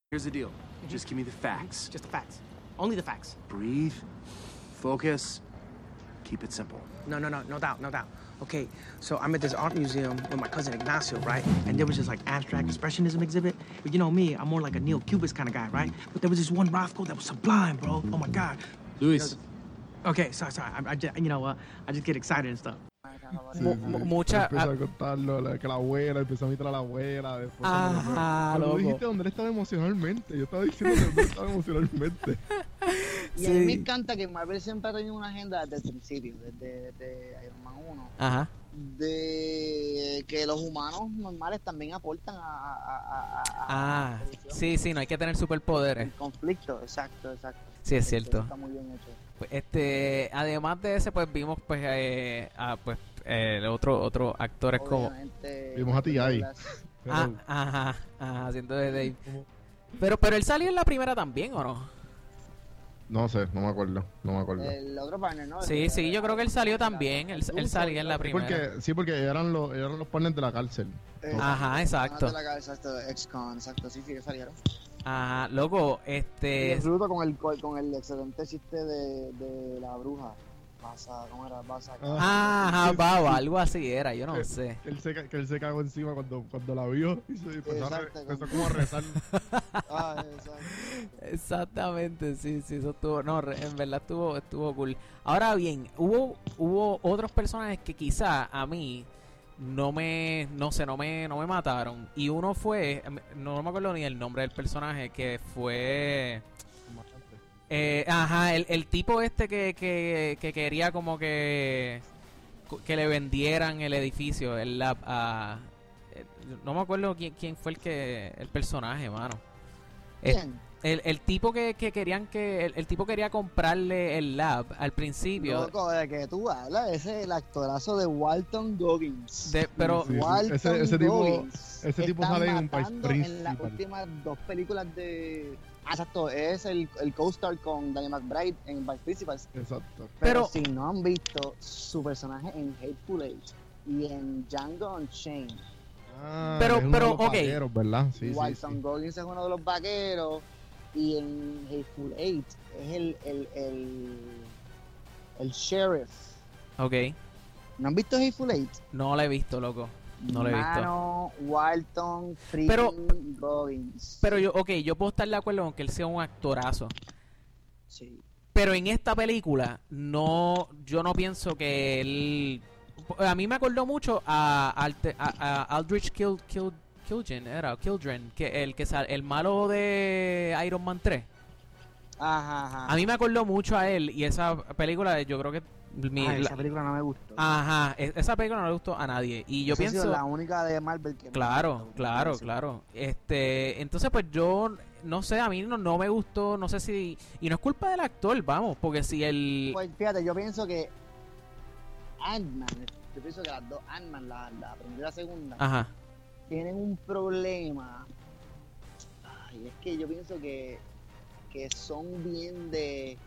[SPEAKER 12] Here's the deal. Just give me the facts. Just the facts. Only the facts. Breathe. Focus. Keep it simple.
[SPEAKER 13] No, no, no, no doubt, no doubt. Okay, so I'm at this art museum with my cousin Ignacio, right? And there was this like abstract expressionism exhibit. But you know me, I'm more like a neo-cubist kind of guy, right? But there was this one Rothko that was sublime, bro. Oh my God.
[SPEAKER 12] Luis.
[SPEAKER 13] Okay, sorry, sorry. I, I just, you know what? I just get excited and stuff.
[SPEAKER 3] Sí, sí.
[SPEAKER 1] ah,
[SPEAKER 3] Empezó a contarlo, la- que la abuela, empezó a imitar a la abuela. Después
[SPEAKER 1] Ajá,
[SPEAKER 3] cuando- cuando
[SPEAKER 1] loco.
[SPEAKER 3] dijiste donde él estaba emocionalmente. Yo estaba diciendo que él estaba emocionalmente.
[SPEAKER 2] Y a mí me encanta que Marvel siempre ha tenido una agenda desde el principio, desde, desde Iron Man 1,
[SPEAKER 1] Ajá.
[SPEAKER 2] de que los humanos normales también aportan a, a- a- a-
[SPEAKER 1] Ah, sí, sí, no hay que tener superpoderes.
[SPEAKER 2] al conflicto. Exacto, exacto.
[SPEAKER 1] Sí, es
[SPEAKER 2] Eso
[SPEAKER 1] cierto.
[SPEAKER 2] Está muy bien hecho.
[SPEAKER 1] Pues, Este, además de ese, pues vimos pues, eh, a, pues eh, otro, otro actores como...
[SPEAKER 2] Obviamente,
[SPEAKER 3] Vimos a T.I.
[SPEAKER 1] Ah, ajá, ajá, haciendo de Dave. Pero, pero él salió en la primera también, ¿o no?
[SPEAKER 3] No sé, no me acuerdo. No me acuerdo.
[SPEAKER 2] El otro partner, ¿no?
[SPEAKER 1] Sí, sí, yo creo que él salió también. Él,
[SPEAKER 2] Uh,
[SPEAKER 1] él salió en la
[SPEAKER 3] Sí,
[SPEAKER 1] primera.
[SPEAKER 3] porque, sí, porque eran los, eran los partners de la cárcel.
[SPEAKER 1] Ajá, exacto.
[SPEAKER 2] De la cabeza, esto, ex-con, exacto. Sí, sí, que salieron.
[SPEAKER 1] Ajá, Ah, loco,
[SPEAKER 2] Y
[SPEAKER 1] este...
[SPEAKER 2] disfruto con el, con el excelente chiste de, de la bruja. Vas a, ¿cómo era? Vas a-
[SPEAKER 1] ah, Ajá, baba, algo así era, yo no sé.
[SPEAKER 3] Que él se, ca- que él se cagó encima cuando, cuando la vio y se y empezó, a, re-
[SPEAKER 2] Exacto,
[SPEAKER 3] empezó
[SPEAKER 2] con-
[SPEAKER 3] como a rezar.
[SPEAKER 2] Ah, exacto.
[SPEAKER 1] Exactamente, sí, sí, eso estuvo, no, re- en verdad estuvo, estuvo cool. Ahora bien, hubo, hubo otros personajes que quizá a mí no me, no sé, no me, no me mataron. Y uno fue, em, no me acuerdo ni el nombre del personaje, que fue... Eh, ajá, el, el tipo este que, que, que quería como que que le vendieran el edificio, el lab a eh, no me acuerdo quién, quién fue el que el personaje, mano. Eh,
[SPEAKER 2] ¿Quién?
[SPEAKER 1] El, el tipo que, que querían que el, el tipo quería comprarle el lab al principio.
[SPEAKER 2] Loco, de que tú hablas, ese es el actorazo de Walton Goggins.
[SPEAKER 1] De- pero- Sí, sí, sí.
[SPEAKER 2] Walton
[SPEAKER 3] Ese- ese tipo-
[SPEAKER 2] Goggins
[SPEAKER 3] ese tipo
[SPEAKER 2] está
[SPEAKER 3] sale en un país
[SPEAKER 2] matando En las
[SPEAKER 3] principal.
[SPEAKER 2] últimas dos películas de. Ah, exacto, es el, el co-star con Danny McBride en Vice Principals.
[SPEAKER 3] Exacto.
[SPEAKER 1] Pero-
[SPEAKER 2] Pero, si no han visto su personaje en Hateful Eight y en Django Unchained,
[SPEAKER 3] Ah,
[SPEAKER 1] Pero-
[SPEAKER 3] es uno
[SPEAKER 1] pero,
[SPEAKER 3] de los
[SPEAKER 1] ok.
[SPEAKER 3] vaqueros, ¿verdad? Sí, sí,
[SPEAKER 2] Walton
[SPEAKER 3] sí.
[SPEAKER 2] Goggins es uno de los vaqueros y en Hateful Eight es el, el, el, el sheriff.
[SPEAKER 1] Ok.
[SPEAKER 2] ¿No han visto Hateful Eight?
[SPEAKER 1] No la he visto, loco. No la he visto.
[SPEAKER 2] Mano, Walton, Free
[SPEAKER 1] Pero-
[SPEAKER 2] Goggins.
[SPEAKER 1] Pero yo, ok, yo puedo estar de acuerdo con que él sea un actorazo.
[SPEAKER 2] Sí.
[SPEAKER 1] Pero en esta película, no, yo no pienso que él. A mí me acordó mucho a, Alte- a- a Aldrich Kill, Kill, Kilgen, era Kildren, que el que sal- el malo de Iron Man 3.
[SPEAKER 2] Ajá, ajá.
[SPEAKER 1] A mí me acordó mucho a él y esa película, yo creo que mi-
[SPEAKER 2] Ah,
[SPEAKER 1] la-
[SPEAKER 2] esa película no me gustó.
[SPEAKER 1] ajá, e- esa película no le gustó a nadie y yo
[SPEAKER 2] Esa ha sido
[SPEAKER 1] pienso
[SPEAKER 2] la única de Marvel que me
[SPEAKER 1] Claro,
[SPEAKER 2] gustó,
[SPEAKER 1] claro,
[SPEAKER 2] parece.
[SPEAKER 1] claro. Este, entonces pues yo no sé, a mí no, no me gustó, no sé si y no es culpa del actor, vamos, porque si el
[SPEAKER 2] Pues fíjate, yo pienso que Ant-Man, yo pienso que las dos Ant-Man, la, la primera y la segunda,
[SPEAKER 1] ajá,
[SPEAKER 2] tienen un problema. Ay, es que yo pienso que, que son bien de.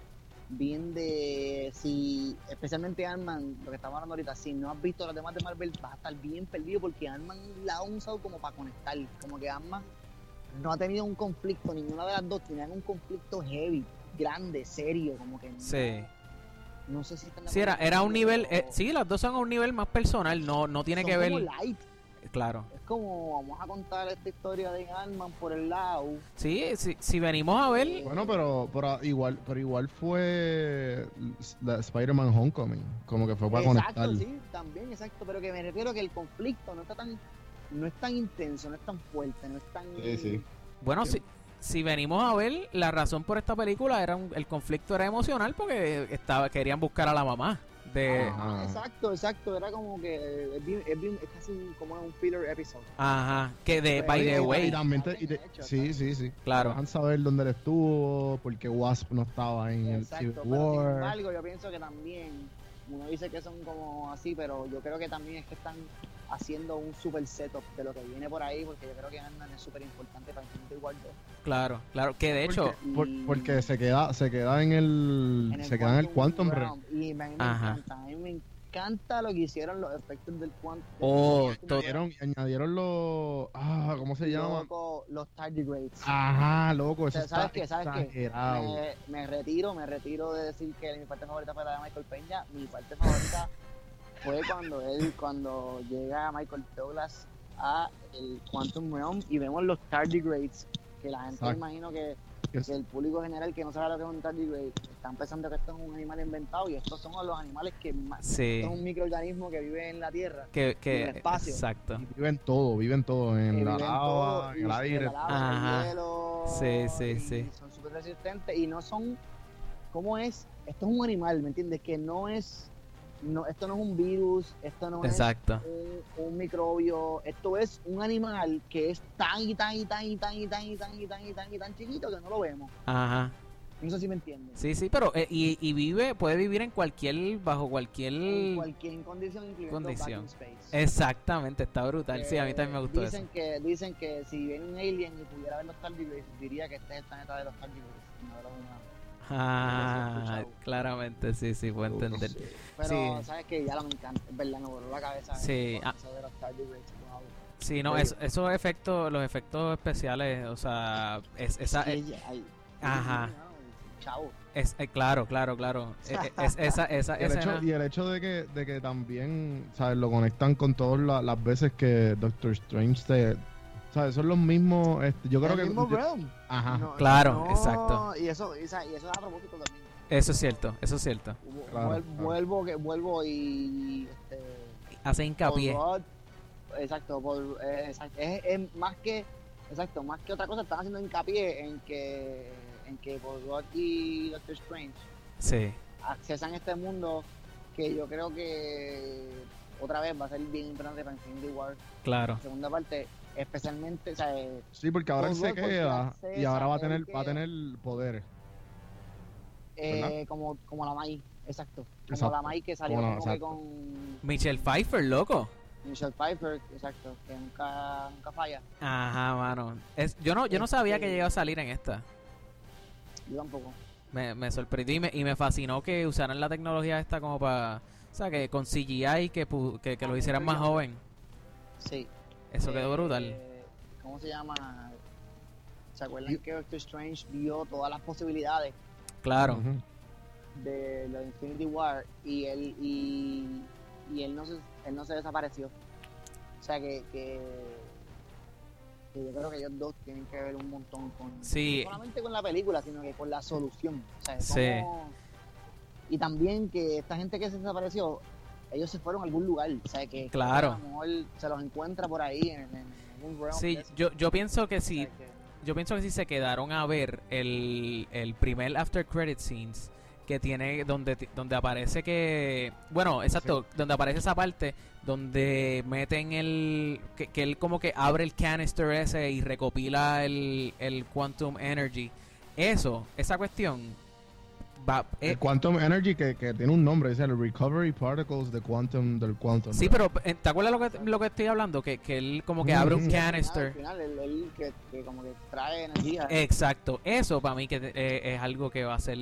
[SPEAKER 2] Bien de. Si. Especialmente Ant-Man, lo que estamos hablando ahorita, si no has visto las demás de Marvel, vas a estar bien perdido porque Ant-Man la ha usado como para conectar. Como que Ant-Man no ha tenido un conflicto, ninguna de las dos tenían un conflicto heavy, grande, serio, como que. no-
[SPEAKER 1] sí.
[SPEAKER 2] No, sé si están de
[SPEAKER 1] Sí, era,
[SPEAKER 2] acuerdo
[SPEAKER 1] era un
[SPEAKER 2] conmigo,
[SPEAKER 1] nivel,
[SPEAKER 2] pero
[SPEAKER 1] eh, sí, las dos son a un nivel más personal, no, no tiene
[SPEAKER 2] son
[SPEAKER 1] que ver,
[SPEAKER 2] como light,
[SPEAKER 1] claro.
[SPEAKER 2] Es como, vamos a contar esta historia de Ant-Man por el lado.
[SPEAKER 1] Sí, sí, si venimos a ver,
[SPEAKER 3] Bueno, pero, pero igual, pero igual fue la Spider-Man Homecoming, como que fue para
[SPEAKER 2] exacto,
[SPEAKER 3] conectar.
[SPEAKER 2] sí, también, exacto. Pero que me refiero que el conflicto no está tan, no es tan intenso, no es tan fuerte, no es tan. Ah,
[SPEAKER 1] Bueno, si, si venimos a ver, la razón por esta película era un- el conflicto era emocional porque estaba querían buscar a la mamá
[SPEAKER 3] Eh,
[SPEAKER 1] de
[SPEAKER 2] Ah, Exacto, exacto. Era como que eh, es, bien- es bien- es casi un- como un filler episode.
[SPEAKER 1] ajá, que de
[SPEAKER 2] Pues,
[SPEAKER 1] by the
[SPEAKER 2] sí,
[SPEAKER 1] way.
[SPEAKER 3] Y también te- y te- sí, sí, sí.
[SPEAKER 1] Claro.
[SPEAKER 3] Van a saber dónde él estuvo, porque Wasp no estaba en el Civil
[SPEAKER 2] Exacto. Pero sin
[SPEAKER 3] War.
[SPEAKER 2] embargo, yo pienso que también uno dice que son como así, pero yo creo que también es que están haciendo un super setup de lo que viene por ahí, porque yo creo que Ant-Man es súper importante para Infinity War 2.
[SPEAKER 1] Claro, claro, que de hecho
[SPEAKER 3] Por- porque se queda, se queda en el,
[SPEAKER 2] en el
[SPEAKER 3] se queda en el Quantum Realm.
[SPEAKER 2] Realm. Y a mí me
[SPEAKER 3] Ajá.
[SPEAKER 2] encanta, a mí me encanta lo que hicieron los efectos del Quantum.
[SPEAKER 3] Oh, añadieron, añadieron los, ah, ¿cómo se llama? Ah,
[SPEAKER 2] Loco, los tardigrades.
[SPEAKER 3] Ajá, loco, eso
[SPEAKER 2] O sea, ¿Sabes
[SPEAKER 3] está
[SPEAKER 2] qué? Eh, ¿Sabes qué?
[SPEAKER 3] exagerado.
[SPEAKER 2] Me, me retiro, me retiro de decir que mi parte favorita fue la de Michael Peña. Mi parte favorita fue cuando él, cuando llega Michael Douglas a el Quantum Realm y vemos los tardigrades que la gente
[SPEAKER 3] Exacto.
[SPEAKER 2] imagino que,
[SPEAKER 3] Yes.
[SPEAKER 2] que el público general que no sabe lo que es un tardigrade están pensando que esto es un animal inventado y estos son los animales que más
[SPEAKER 1] Sí.
[SPEAKER 2] esto es un microorganismo que vive en la tierra
[SPEAKER 1] que,
[SPEAKER 2] en
[SPEAKER 1] que
[SPEAKER 2] el espacio
[SPEAKER 1] exacto.
[SPEAKER 3] Viven todo, viven todo, en
[SPEAKER 2] que
[SPEAKER 3] la
[SPEAKER 2] viven
[SPEAKER 3] lava,
[SPEAKER 2] todo y
[SPEAKER 3] en el
[SPEAKER 2] se
[SPEAKER 3] aire.
[SPEAKER 2] lava, en el hielo,
[SPEAKER 1] Sí, sí, sí.
[SPEAKER 2] son súper resistentes y no son cómo es esto es un animal me entiendes que no es no esto no es un virus esto no
[SPEAKER 1] Exacto.
[SPEAKER 2] es un, un microbio esto es un animal que es tan y tan y tan y tan y tan y tan y tan y tan y tan chiquito que no lo vemos
[SPEAKER 1] Ajá.
[SPEAKER 2] no sé si me entiendes
[SPEAKER 1] Sí, sí, pero eh, y, y vive, puede vivir en cualquier bajo
[SPEAKER 2] en
[SPEAKER 1] cualquier
[SPEAKER 2] cualquier condición incluyendo vacuum
[SPEAKER 1] condición.
[SPEAKER 2] space
[SPEAKER 1] Exactamente, está brutal. Sí, a mí
[SPEAKER 2] Eh,
[SPEAKER 1] también me gustó
[SPEAKER 2] dicen
[SPEAKER 1] eso.
[SPEAKER 2] Que, dicen que si viene un alien y pudiera ver los tardigrades, diría que este es el planeta de los tardigrades. no de los humanos.
[SPEAKER 1] Ah, claramente, sí, sí, puedo entender.
[SPEAKER 2] Pero
[SPEAKER 1] Sí.
[SPEAKER 2] sabes que ya lo me encanta, es verdad, me voló la cabeza.
[SPEAKER 1] Sí,
[SPEAKER 2] eso-
[SPEAKER 1] ah.
[SPEAKER 2] eso de los tardigrades, wow.
[SPEAKER 1] Sí, no, es- esos efectos, los efectos especiales, o sea, es, esa,
[SPEAKER 2] Sí,
[SPEAKER 1] eh,
[SPEAKER 2] ya, ay.
[SPEAKER 1] ajá.
[SPEAKER 2] Chavo.
[SPEAKER 1] Es, eh, claro, claro, claro. Eh, eh, es- esa esa,
[SPEAKER 3] Y el,
[SPEAKER 1] escena-
[SPEAKER 3] hecho, y el hecho de que, de que también, ¿sabes? Lo conectan con todas la- las veces que Doctor Strange se... ¿Sabes? Son los mismos... este, yo creo
[SPEAKER 2] El
[SPEAKER 3] que...
[SPEAKER 2] mismo
[SPEAKER 3] yo-
[SPEAKER 2] realm.
[SPEAKER 3] Ajá.
[SPEAKER 2] No,
[SPEAKER 1] Claro,
[SPEAKER 2] no,
[SPEAKER 1] exacto.
[SPEAKER 2] Y eso, y esa- y eso da a propósito también.
[SPEAKER 1] Eso es cierto, eso es cierto.
[SPEAKER 2] Vu- vuel- Vuelvo, que, vuelvo y. Este,
[SPEAKER 1] Hace hincapié.
[SPEAKER 2] Paul Rudd, exacto, Paul- eh, exacto. Es, es más que. Exacto, más que otra cosa, están haciendo hincapié en que. En que Paul Rudd y Doctor Strange
[SPEAKER 1] Sí.
[SPEAKER 2] accesan este mundo que yo creo que otra vez va a ser bien importante para Infinity War.
[SPEAKER 1] Claro.
[SPEAKER 2] La segunda parte, especialmente, o sea, eh,
[SPEAKER 3] Sí, porque ahora él
[SPEAKER 2] Paul
[SPEAKER 3] se
[SPEAKER 2] Rudd, porque
[SPEAKER 3] queda
[SPEAKER 2] hace
[SPEAKER 3] y ahora va a
[SPEAKER 2] saber
[SPEAKER 3] tener,
[SPEAKER 2] que-
[SPEAKER 3] va a tener poderes.
[SPEAKER 2] eh,
[SPEAKER 3] ¿verdad?
[SPEAKER 2] como, como la Mai, exacto. Como
[SPEAKER 1] Exacto,
[SPEAKER 2] la Mai que salió
[SPEAKER 1] como la-
[SPEAKER 2] como que
[SPEAKER 1] exacto.
[SPEAKER 2] con
[SPEAKER 1] Michelle Pfeiffer, loco.
[SPEAKER 2] Michelle Piper, exacto, que nunca, nunca falla.
[SPEAKER 1] Ajá, mano. Es, yo no, yo no sabía que llegaba a salir en esta.
[SPEAKER 2] Yo tampoco.
[SPEAKER 1] Me, me sorprendió y me, y me fascinó que usaran la tecnología esta como para... O sea, que con CGI que, pu- que, que lo hicieran más joven.
[SPEAKER 2] Sí.
[SPEAKER 1] Eso quedó brutal.
[SPEAKER 2] Eh, ¿Cómo se llama? ¿Se acuerdan que Doctor Strange vio todas las posibilidades
[SPEAKER 1] Claro. Eh,
[SPEAKER 2] de lo de Infinity War y él y, y él no se él no se desapareció? O sea que, que, que yo creo que ellos dos tienen que ver un montón con
[SPEAKER 1] Sí.
[SPEAKER 2] no solamente con la película, sino que con la solución. O sea,
[SPEAKER 1] Sí.
[SPEAKER 2] cómo- y también que esta gente que se desapareció, ellos se fueron a algún lugar, o sea que
[SPEAKER 1] Claro.
[SPEAKER 2] a lo mejor se los encuentra por ahí en, en- en algún realm
[SPEAKER 1] Sí,
[SPEAKER 2] de esos.
[SPEAKER 1] yo, yo pienso que si yo pienso que si se quedaron a ver el, el primer after credit scenes que tiene donde ti- donde aparece que bueno, exacto, donde aparece esa parte donde meten el que, que él como que abre el canister ese y recopila el, el quantum energy. Eso, esa cuestión va eh,
[SPEAKER 3] el Quantum Energy que, que tiene un nombre, es el Recovery Particles de Quantum del Quantum.
[SPEAKER 1] Sí, pero eh, ¿te acuerdas lo que, lo que estoy hablando? Que, que él como que abre un
[SPEAKER 3] Ujú.
[SPEAKER 2] Al
[SPEAKER 1] canister.
[SPEAKER 2] final, él, él que, que como que trae energía.
[SPEAKER 1] Eh, Exacto, eso para mí que eh, es algo que va a ser.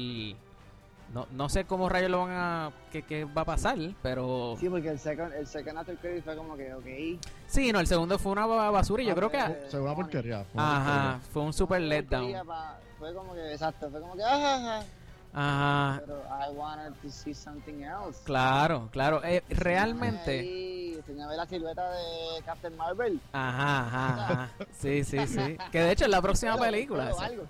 [SPEAKER 1] No, no sé cómo rayos lo van a. que, que va a pasar, pero.
[SPEAKER 2] Sí, porque el second, el second after credit fue como que, ok.
[SPEAKER 1] Sí, no, el segundo fue una ba- basura y yo creo que. ah,
[SPEAKER 3] Según una porquería. fue una
[SPEAKER 1] Ajá, fue un super
[SPEAKER 2] quería
[SPEAKER 1] letdown.
[SPEAKER 2] pa- Ah, Fue como que, exacto, fue como que, ajá, ajá.
[SPEAKER 1] Ajá,
[SPEAKER 2] Pero I wanted to see something else.
[SPEAKER 1] claro, claro. eh, realmente.
[SPEAKER 2] Ahí, tenía que ver la silueta de Captain Marvel.
[SPEAKER 1] Ajá, ajá, ajá. Sí, sí, sí. Que de hecho es la próxima
[SPEAKER 2] Pero,
[SPEAKER 1] película.
[SPEAKER 2] pero
[SPEAKER 1] esa.
[SPEAKER 2] algo.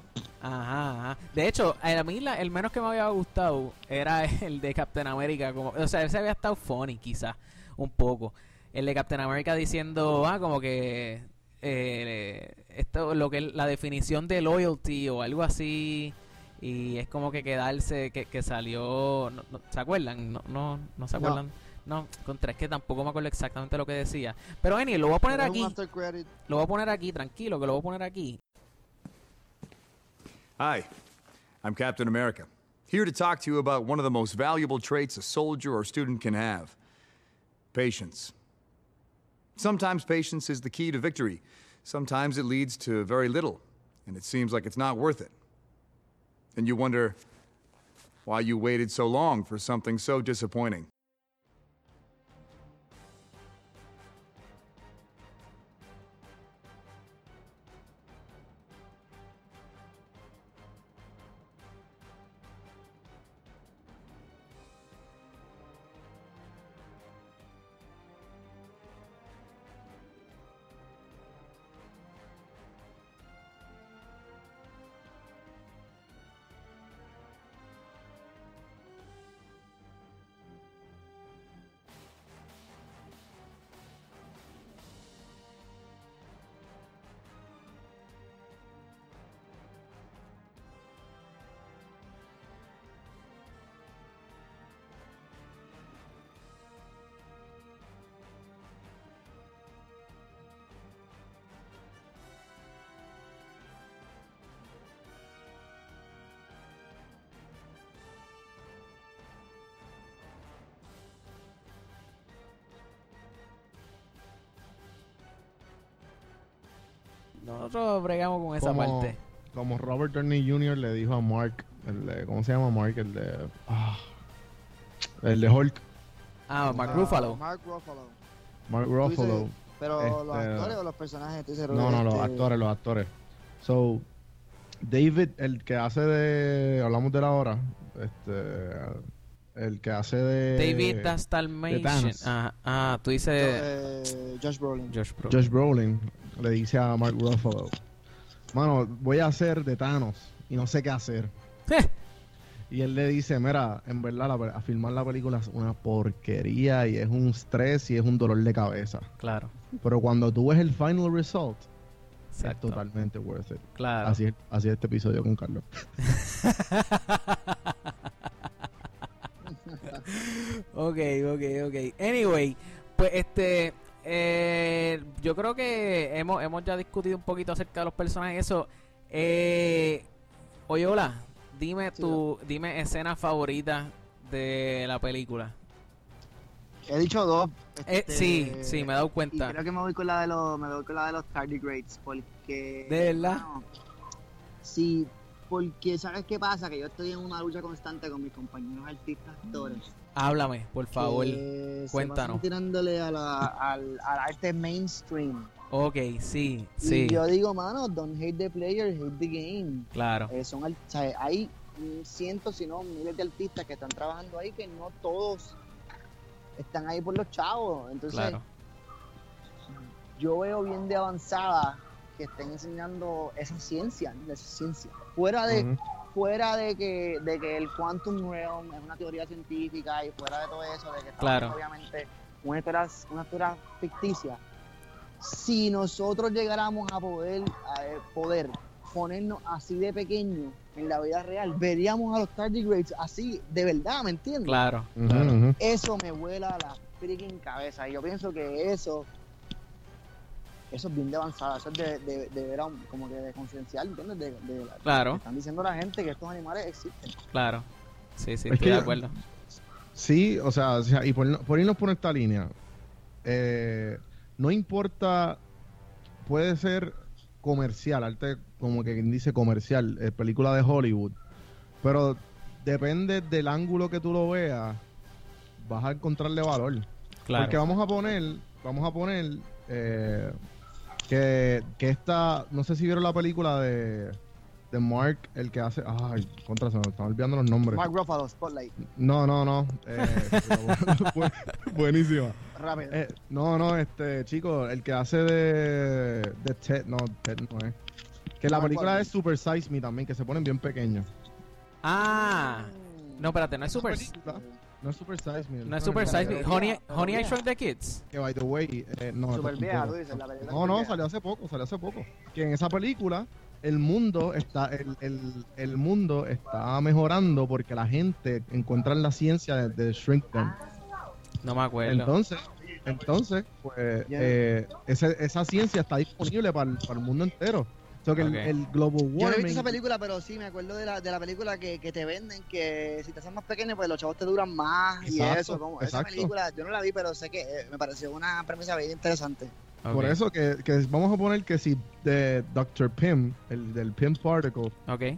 [SPEAKER 1] Ajá, ajá. De hecho, a mí la- el menos que me había gustado era el de Captain America. Como, o sea, ese había estado funny, quizás, un poco. El de Captain America diciendo, ah, como que. eh, esto, lo que es la definición de loyalty o algo así. Y es como que quedarse, que, que salió. no- no- ¿Se acuerdan? No, no, no se
[SPEAKER 2] No.
[SPEAKER 1] acuerdan. No, contra, es que tampoco me acuerdo exactamente lo que decía. Pero, Eni, lo voy a poner
[SPEAKER 2] Pero un
[SPEAKER 1] aquí.
[SPEAKER 2] after credit.
[SPEAKER 1] Lo voy a poner aquí, tranquilo, que lo voy a poner aquí.
[SPEAKER 14] Hi, I'm Captain America, here to talk to you about one of the most valuable traits a soldier or student can have patience. Sometimes patience is the key to victory, sometimes it leads to very little, and it seems like it's not worth it. And you wonder why you waited so long for something so disappointing.
[SPEAKER 1] Nosotros bregamos con esa
[SPEAKER 3] Como-
[SPEAKER 1] parte.
[SPEAKER 3] Como Robert Downey Jr. le dijo a Mark, el de- ¿cómo se llama Mark? El de, ah, el de Hulk,
[SPEAKER 1] Ah, Mark
[SPEAKER 2] Ah,
[SPEAKER 1] Ruffalo.
[SPEAKER 2] Mark Ruffalo.
[SPEAKER 3] Mark
[SPEAKER 2] Tú dices-
[SPEAKER 3] Ruffalo.
[SPEAKER 2] Pero los
[SPEAKER 3] Este,
[SPEAKER 2] actores o los personajes, tú dices,
[SPEAKER 3] No, no, los
[SPEAKER 2] este,
[SPEAKER 3] actores, los actores. So, David, el que hace de. Hablamos de la hora. Este. El que hace de.
[SPEAKER 1] David
[SPEAKER 3] Eh, de Thanos.
[SPEAKER 1] Dastalmation. Ah, ah, tú dices.
[SPEAKER 2] eh,
[SPEAKER 1] Eh,
[SPEAKER 2] Josh Brolin.
[SPEAKER 1] Josh Brolin.
[SPEAKER 3] Josh Brolin le dice a Mark Ruffalo: Mano, voy a hacer de Thanos y no sé qué hacer. Y él le dice: Mira, en verdad, la, pe- filmar la película es una porquería y es un estrés y es un dolor de cabeza.
[SPEAKER 1] Claro.
[SPEAKER 3] Pero cuando tú ves el final result, es totalmente worth it.
[SPEAKER 1] Claro.
[SPEAKER 3] Así es, así es este episodio con Carlos.
[SPEAKER 1] Ok, ok, ok. Anyway, pues este. eh, yo creo que hemos, hemos ya discutido un poquito acerca de los personajes. Eso. Eh, oye, hola. Dime tu. Dime escena favorita de la película.
[SPEAKER 2] He dicho dos.
[SPEAKER 1] Eh,
[SPEAKER 2] este,
[SPEAKER 1] sí, sí, me he dado
[SPEAKER 2] Y
[SPEAKER 1] cuenta.
[SPEAKER 2] creo que me voy con la de los, me voy con la de los tardigrades, porque.
[SPEAKER 1] ¿De verdad?
[SPEAKER 2] Bueno, sí, porque sabes qué pasa, que yo estoy en una lucha constante con mis compañeros artistas actores.
[SPEAKER 1] Háblame, por favor.
[SPEAKER 2] que se pasan
[SPEAKER 1] Cuéntanos.
[SPEAKER 2] tirándole a la- al, al arte mainstream.
[SPEAKER 1] Ok, sí,
[SPEAKER 2] Y
[SPEAKER 1] sí.
[SPEAKER 2] yo digo, mano, don't hate the player, hate the game.
[SPEAKER 1] Claro.
[SPEAKER 2] Eh, son al- o sea, hay mm, cientos, si no miles de artistas que están trabajando ahí que no todos están ahí por los chavos. Entonces,
[SPEAKER 1] Claro.
[SPEAKER 2] yo veo bien de avanzada que estén enseñando esa ciencia, ¿entiendes? Esa ciencia. Fuera de,
[SPEAKER 3] Ujú.
[SPEAKER 2] fuera de que, de que el quantum realm es una teoría científica y fuera de todo eso, de que estamos,
[SPEAKER 1] Claro.
[SPEAKER 2] obviamente una historia, una historia ficticia. Si nosotros llegáramos a poder, a eh, poder ponernos así de pequeño en la vida real, veríamos a los tardigrades así de verdad, ¿me entiendes?
[SPEAKER 1] Claro.
[SPEAKER 3] Ujú,
[SPEAKER 1] claro.
[SPEAKER 3] ujú.
[SPEAKER 2] Eso me vuela la freaking cabeza. Y yo pienso que eso, eso es bien de avanzada. Eso es de, de, de ver a un- como que de concienciar, ¿entiendes? De, de la-
[SPEAKER 1] Claro.
[SPEAKER 2] que Están diciendo a la gente que estos animales existen.
[SPEAKER 1] Claro. Sí, sí,
[SPEAKER 3] Es
[SPEAKER 1] estoy
[SPEAKER 3] que-
[SPEAKER 1] de acuerdo.
[SPEAKER 3] Sí, o sea, o sea, y por, no- por irnos por esta línea, eh, no importa, puede ser comercial, arte como que quien dice comercial, eh, película de Hollywood, pero depende del ángulo que tú lo veas, vas a encontrarle valor.
[SPEAKER 1] Claro.
[SPEAKER 3] Porque vamos a poner, vamos a poner eh, que, que esta, no sé si vieron la película de, de Mark, el que hace, ay, contra, se me están olvidando los nombres.
[SPEAKER 2] Mark Ruffalo, Spotlight.
[SPEAKER 3] No, no, no. Eh, pero bueno, bu- buenísima.
[SPEAKER 2] Rápido.
[SPEAKER 3] Eh, no, no, este chico, el que hace de, de Ted, no, Ted no es. Que la
[SPEAKER 1] Mark
[SPEAKER 3] película
[SPEAKER 1] Wahlberg.
[SPEAKER 3] es Super Size Me también, que se ponen bien pequeños.
[SPEAKER 1] Ah. No, espérate, no es Super.
[SPEAKER 3] No es Super Size Me.
[SPEAKER 1] No es Super Size Me. Honey, Honey I Shrunk the Kids.
[SPEAKER 3] Que by the way, eh, no.
[SPEAKER 1] Super vieja,
[SPEAKER 3] tampoco.
[SPEAKER 1] tú dices, la película
[SPEAKER 3] No,
[SPEAKER 1] super
[SPEAKER 3] no,
[SPEAKER 1] vieja.
[SPEAKER 3] salió hace poco, salió hace poco. Que en esa película el mundo está el, el, el mundo está mejorando porque la gente encuentra la ciencia de, de shrink them.
[SPEAKER 1] No me acuerdo.
[SPEAKER 3] Entonces, entonces, pues eh, ese- esa ciencia está disponible para el, para el mundo entero. O sea, que
[SPEAKER 1] Ok.
[SPEAKER 3] el, el global
[SPEAKER 2] Yo no he visto
[SPEAKER 3] warming,
[SPEAKER 2] esa película, pero sí, me acuerdo de la, de la película que, que te venden, que si te haces más pequeño, pues los chavos te duran más y
[SPEAKER 3] Exacto,
[SPEAKER 2] eso. como- Esa
[SPEAKER 3] exacto.
[SPEAKER 2] película, yo no la vi, pero sé que eh, me pareció una premisa bien interesante.
[SPEAKER 3] por eso que, que vamos a poner que si de Dr. Pym, el del Pym particle,
[SPEAKER 1] Ok.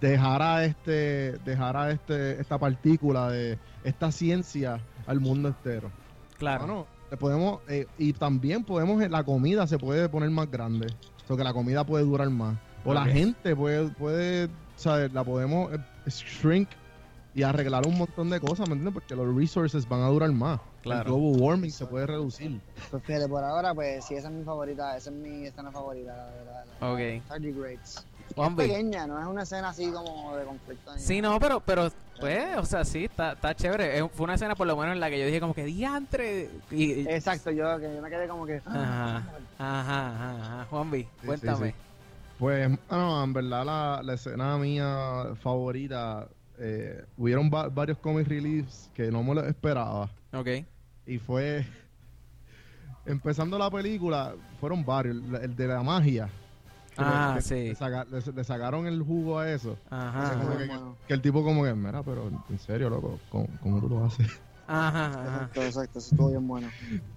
[SPEAKER 3] dejará este dejará este esta partícula de esta ciencia al mundo entero
[SPEAKER 1] Claro.
[SPEAKER 3] Mano, le podemos eh, y también podemos eh, la comida se puede poner más grande o sea, que la comida puede durar más o la
[SPEAKER 1] Ok.
[SPEAKER 3] gente puede puede ¿sabes? la podemos eh, shrink y arreglar un montón de cosas ¿me entiendes? porque los resources van a durar más
[SPEAKER 1] Claro.
[SPEAKER 3] el global warming se puede reducir
[SPEAKER 2] Pues fíjate, por ahora, pues sí, esa es mi favorita, esa es mi escena favorita, la verdad.
[SPEAKER 1] Ok.
[SPEAKER 2] Tardigrades. Es
[SPEAKER 1] Juanvi.
[SPEAKER 2] pequeña, no es una escena así como de conflicto. ni
[SPEAKER 1] Sí, no, pero, pero, pues, o sea, sí, está, está chévere. Es- Fue una escena por lo menos en la que yo dije como que diantre. Y, y-
[SPEAKER 2] Exacto, yo, que yo me quedé como que. ah,
[SPEAKER 1] Ajá, ajá, ajá, ajá. Juanvi,
[SPEAKER 3] sí,
[SPEAKER 1] cuéntame.
[SPEAKER 3] sí. Pues, bueno, en verdad la, la escena mía favorita, eh, hubieron va- varios comic reliefs que no me lo esperaba.
[SPEAKER 1] Ok.
[SPEAKER 3] Y fue, empezando la película, fueron varios, el, el de la magia. que le-
[SPEAKER 1] Ah,
[SPEAKER 3] que
[SPEAKER 1] sí.
[SPEAKER 3] Le, saca- le- le sacaron el jugo a eso.
[SPEAKER 1] Ajá,
[SPEAKER 3] Ese como
[SPEAKER 1] ajá.
[SPEAKER 3] que, que el tipo como que, mira, pero en serio, loco, ¿cómo, cómo tú lo haces?
[SPEAKER 1] Ajá, ajá.
[SPEAKER 2] Exacto, exacto, eso estuvo bien bueno.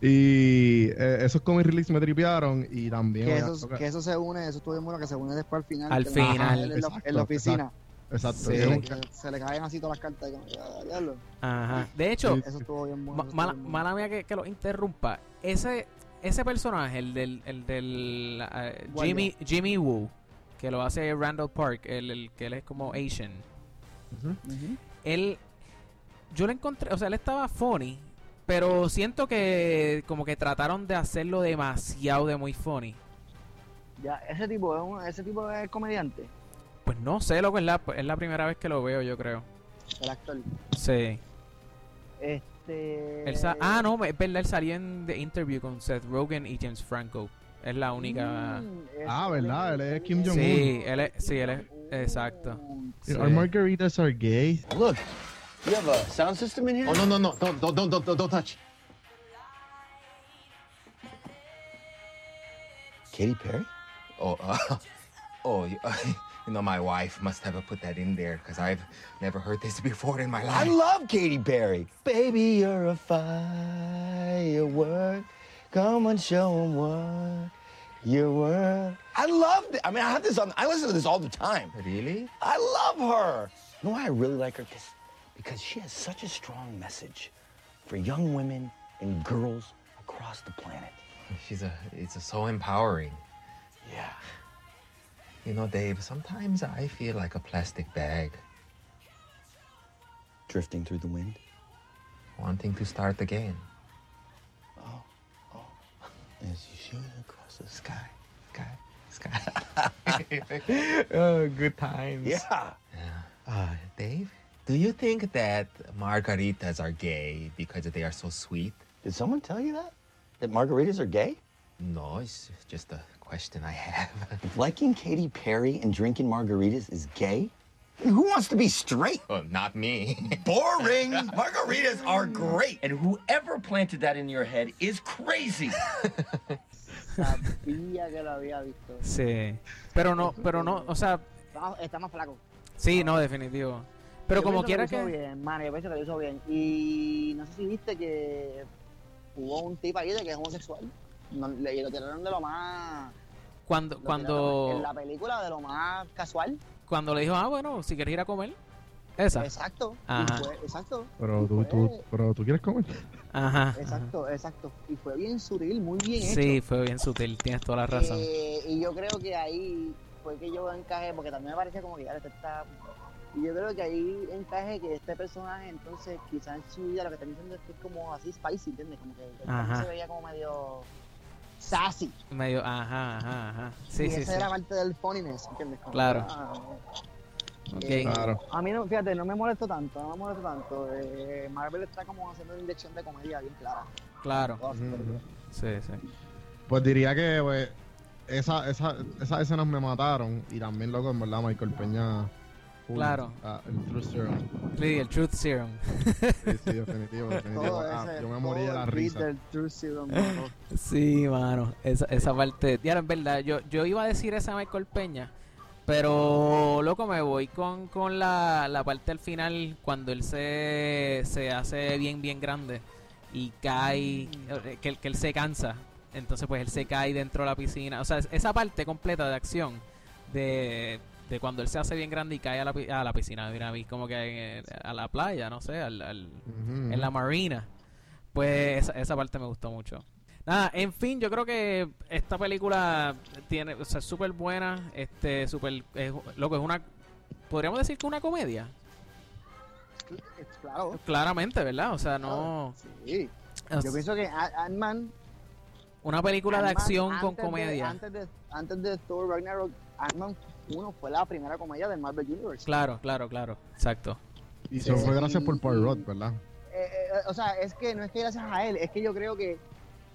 [SPEAKER 3] Y eh, esos comic reliefs me tripearon y también...
[SPEAKER 2] Que
[SPEAKER 3] obvia-
[SPEAKER 2] eso, que eso se une, eso estuvo bien bueno, que se une después al final.
[SPEAKER 3] Al
[SPEAKER 2] que en la-
[SPEAKER 3] final.
[SPEAKER 2] En, la- en la
[SPEAKER 3] Exacto,
[SPEAKER 2] oficina.
[SPEAKER 3] Exacto.
[SPEAKER 1] Sí.
[SPEAKER 2] Que se- se le caen así todas las cartas. y como, "Ah, diablo".
[SPEAKER 1] Ajá. De hecho,
[SPEAKER 2] eso estuvo bien
[SPEAKER 1] ma-
[SPEAKER 2] bueno. eso estuvo
[SPEAKER 1] mala,
[SPEAKER 2] bien
[SPEAKER 1] mala mía que, que lo interrumpa. Ese, ese personaje, el del, el del eh, ah, Jimmy, Jimmy Woo, que lo hace Randall Park, el, el que él es como Asian. Él, yo le encontré, o sea, él estaba funny, pero siento que como que trataron de hacerlo demasiado de muy funny.
[SPEAKER 2] Ya, ese tipo es un- ese tipo es comediante,
[SPEAKER 1] Pues no sé, loco, es la, es la primera vez que lo veo, yo creo.
[SPEAKER 2] el actor.
[SPEAKER 1] Sí.
[SPEAKER 2] Este
[SPEAKER 1] Él sa- ah, no, es verdad, él salió en The Interview con Seth Rogen y James Franco. Es la única...
[SPEAKER 2] Mm. Este,
[SPEAKER 3] Ah, ¿verdad? Él es Kim Jong-un.
[SPEAKER 1] Sí, él es, sí, él es, exacto. Sí.
[SPEAKER 3] Our margaritas are gay.
[SPEAKER 15] Look, you have a sound system in here? Oh no no no! Don't don't don't don't don't, don't touch. Katy Perry? Oh, uh, oh, you, you know my wife must have put that in there because I've never heard this before in my life.
[SPEAKER 16] I love Katy Perry.
[SPEAKER 15] Baby, you're a firework. Come on, show 'em what you were.
[SPEAKER 16] I love. Th- I mean, I have this on. I listen to this all the time.
[SPEAKER 15] Really?
[SPEAKER 16] I love her. You know why I really like her? 'Cause- because she has such a strong message for young women and girls across the planet.
[SPEAKER 15] She's a. It's a, so empowering.
[SPEAKER 16] Yeah.
[SPEAKER 15] You know, Dave. Sometimes I feel like a plastic bag,
[SPEAKER 16] Drifting through the wind.
[SPEAKER 15] wanting to start again.
[SPEAKER 16] Oh, oh.
[SPEAKER 15] As you shoot across the sky, sky, sky. oh, good times.
[SPEAKER 16] Yeah.
[SPEAKER 15] Uh, Dave, do you think that margaritas are gay because they are so sweet?
[SPEAKER 16] Did someone tell you that? That margaritas are gay?
[SPEAKER 15] No, it's just a question I have.
[SPEAKER 16] If liking Katy Perry and drinking margaritas is gay, then who wants to be straight?
[SPEAKER 15] Oh, not me.
[SPEAKER 16] Boring. margaritas are great.
[SPEAKER 9] And whoever planted that in your head is crazy.
[SPEAKER 2] Sabía que lo había visto.
[SPEAKER 1] Sí. Pero no, pero no, o sea,
[SPEAKER 2] Está- Está más flaco.
[SPEAKER 1] sí, no, definitivo. Pero
[SPEAKER 2] Yo
[SPEAKER 1] como
[SPEAKER 2] pienso
[SPEAKER 1] quiera
[SPEAKER 2] lo hizo
[SPEAKER 1] que...
[SPEAKER 2] Bien, mano, yo pienso que lo hizo bien. Y no sé si viste que hubo un tipo ahí de que es homosexual. No, le lo tiraron de lo más.
[SPEAKER 1] Cuando,
[SPEAKER 2] lo tiraron En
[SPEAKER 1] cuando,
[SPEAKER 2] la película de lo más casual.
[SPEAKER 1] cuando le dijo, ah, bueno, si quieres ir a comer. Esa.
[SPEAKER 2] Exacto. Y
[SPEAKER 1] Ajá.
[SPEAKER 2] fue- exacto.
[SPEAKER 3] Pero tú, tú, pero tú quieres comer.
[SPEAKER 1] Ajá.
[SPEAKER 2] Exacto, exacto. Y fue bien surreal, muy bien hecho.
[SPEAKER 1] Sí, fue bien sutil, tienes toda la razón.
[SPEAKER 2] Eh, y yo creo que ahí fue que yo encajé, porque también me parecía como que ya está. Y yo creo que ahí encaje que este personaje, entonces, quizás en su vida lo que está diciendo es que es como así spicy, ¿entiendes? Como que él también
[SPEAKER 1] Ajá.
[SPEAKER 2] se veía como medio sassy.
[SPEAKER 1] Medio, ajá, ajá, ajá. Sí,
[SPEAKER 2] y
[SPEAKER 1] sí,
[SPEAKER 2] esa
[SPEAKER 1] sí.
[SPEAKER 2] era parte del funniness, ¿entiendes? Como,
[SPEAKER 1] Claro.
[SPEAKER 2] ah,
[SPEAKER 1] Ok.
[SPEAKER 2] eh, A mí, no, fíjate, no me molesto tanto, no me molesto tanto. Eh, Marvel está como haciendo una inyección de comedia bien clara.
[SPEAKER 1] Claro.
[SPEAKER 3] Ujú.
[SPEAKER 1] Sí, sí.
[SPEAKER 3] Pues diría que pues, esa, esa, esas escenas me mataron y también, loco, en verdad, Michael Peña. full,
[SPEAKER 1] Claro.
[SPEAKER 3] ah, el True Serum.
[SPEAKER 1] Sí, el Truth Serum.
[SPEAKER 3] Sí, sí, definitivo, definitivo.
[SPEAKER 2] Todo
[SPEAKER 3] Ah,
[SPEAKER 2] Oh, ese-
[SPEAKER 3] yo me morí de
[SPEAKER 2] todo
[SPEAKER 3] la
[SPEAKER 2] el beat
[SPEAKER 3] risa.
[SPEAKER 2] del True Serum, ¿no?
[SPEAKER 1] Sí, mano. Esa, esa parte. Ya, en verdad, yo, yo iba a decir esa Michael Peña. Pero, loco, me voy con, con la, la parte al final cuando él se, se hace bien, bien grande y cae, eh, que, él- que él se cansa. Entonces, pues él se cae dentro de la piscina. O sea, es- esa parte completa de acción de, de cuando él se hace bien grande y cae a la, pi- a la piscina, mira, a mí como que eh, a la playa, no sé, al- al-
[SPEAKER 3] Ujú,
[SPEAKER 1] en la
[SPEAKER 3] ujú.
[SPEAKER 1] marina. Pues esa, esa parte me gustó mucho. Nada, en fin, yo creo que esta película tiene, o sea, es súper buena, este, súper, es- loco, es una, podríamos decir que una comedia,
[SPEAKER 2] Claro.
[SPEAKER 1] claramente, ¿verdad? O sea, no,
[SPEAKER 2] Sí. Yo pienso que Ant- Ant-Man
[SPEAKER 1] una película de
[SPEAKER 2] Ant-Man,
[SPEAKER 1] acción con
[SPEAKER 2] antes de-
[SPEAKER 1] comedia,
[SPEAKER 2] antes, de, antes de Thor Ragnarok, Ant-Man 1 fue la primera comedia del Marvel Universe.
[SPEAKER 1] claro, claro, claro, exacto.
[SPEAKER 3] Y eso fue gracias por Poirot, ¿verdad?
[SPEAKER 2] Eh, eh, o sea, es que no es que gracias a él, es que yo creo que,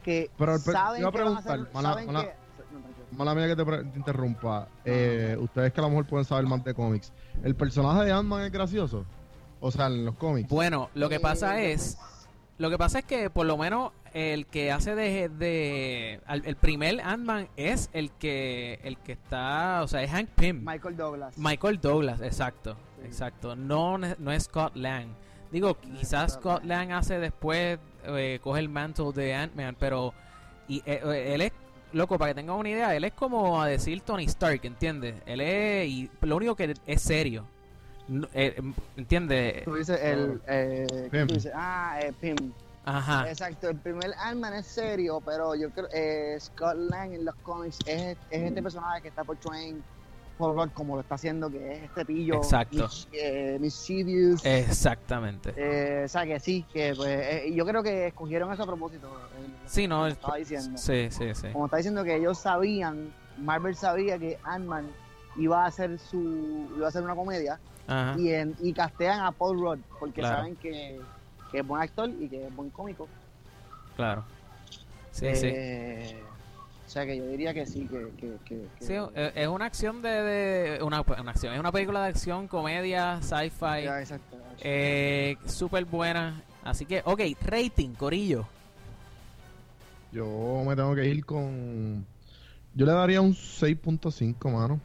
[SPEAKER 2] que
[SPEAKER 3] Pero, pero
[SPEAKER 2] saben
[SPEAKER 3] iba a
[SPEAKER 2] que van hacer-
[SPEAKER 3] preguntar, mala-
[SPEAKER 2] saben
[SPEAKER 3] mala-
[SPEAKER 2] que- no, tranquilo.
[SPEAKER 3] Mala mía que te, pre- te
[SPEAKER 2] Ah,
[SPEAKER 3] interrumpa. Eh, ustedes que a lo mejor pueden saber más de cómics. ¿El personaje de Ant-Man es gracioso? O sea, en los cómics.
[SPEAKER 1] Bueno, lo que pasa
[SPEAKER 2] Eh,
[SPEAKER 1] es, lo que pasa es que por lo menos el que hace de, de al- el primer Ant-Man es el que, el que está, o sea, es Hank Pym.
[SPEAKER 2] Michael Douglas.
[SPEAKER 1] Michael Douglas, exacto, exacto. No, ne- no es Scott Lang. Digo, quizás Scott Lang hace después, eh, coge el manto de Ant-Man, pero y, eh, eh, él es, loco, para que tengan una idea, él es como a decir Tony Stark, ¿entiendes? Él es, y lo único que es serio. No, eh, ¿Entiendes?
[SPEAKER 2] Tú dices el. Eh, ¿qué
[SPEAKER 1] Pym.
[SPEAKER 2] tú dices? Ah, eh, Pym.
[SPEAKER 1] Ajá.
[SPEAKER 2] Exacto, el primer Ant-Man es serio,
[SPEAKER 1] Mm.
[SPEAKER 2] pero yo creo eh, Scott Lang en los cómics es, es este personaje que está por Train horror como lo está haciendo, que es este pillo
[SPEAKER 1] Exacto.
[SPEAKER 2] mis- eh, mischievous.
[SPEAKER 1] Exactamente.
[SPEAKER 2] Eh, o sea, que sí, que pues, eh, yo creo que escogieron eso a propósito. eh,
[SPEAKER 1] Sí, no,
[SPEAKER 2] como
[SPEAKER 1] el-
[SPEAKER 2] estaba diciendo.
[SPEAKER 1] sí, sí, sí.
[SPEAKER 2] Como está diciendo que ellos sabían, Marvel sabía que Ant-Man iba a hacer su iba a hacer una comedia
[SPEAKER 1] Ajá.
[SPEAKER 2] y, en- y castean a Paul Rudd porque
[SPEAKER 1] Ah. Claro.
[SPEAKER 2] saben que, que es buen actor y que es buen cómico.
[SPEAKER 1] Claro. Sí, sí.
[SPEAKER 2] Eh, O sea, que yo diría que sí, que, que, que- que-
[SPEAKER 1] Sí, eh, es una acción de, de- una, pues, una acción, es una película de acción, comedia, sci-fi,
[SPEAKER 2] Ya, exacto.
[SPEAKER 1] eh, súper buena. Así que, ok, rating, Corillo.
[SPEAKER 3] Yo me tengo que ir con. Yo le daría un 6.5, mano.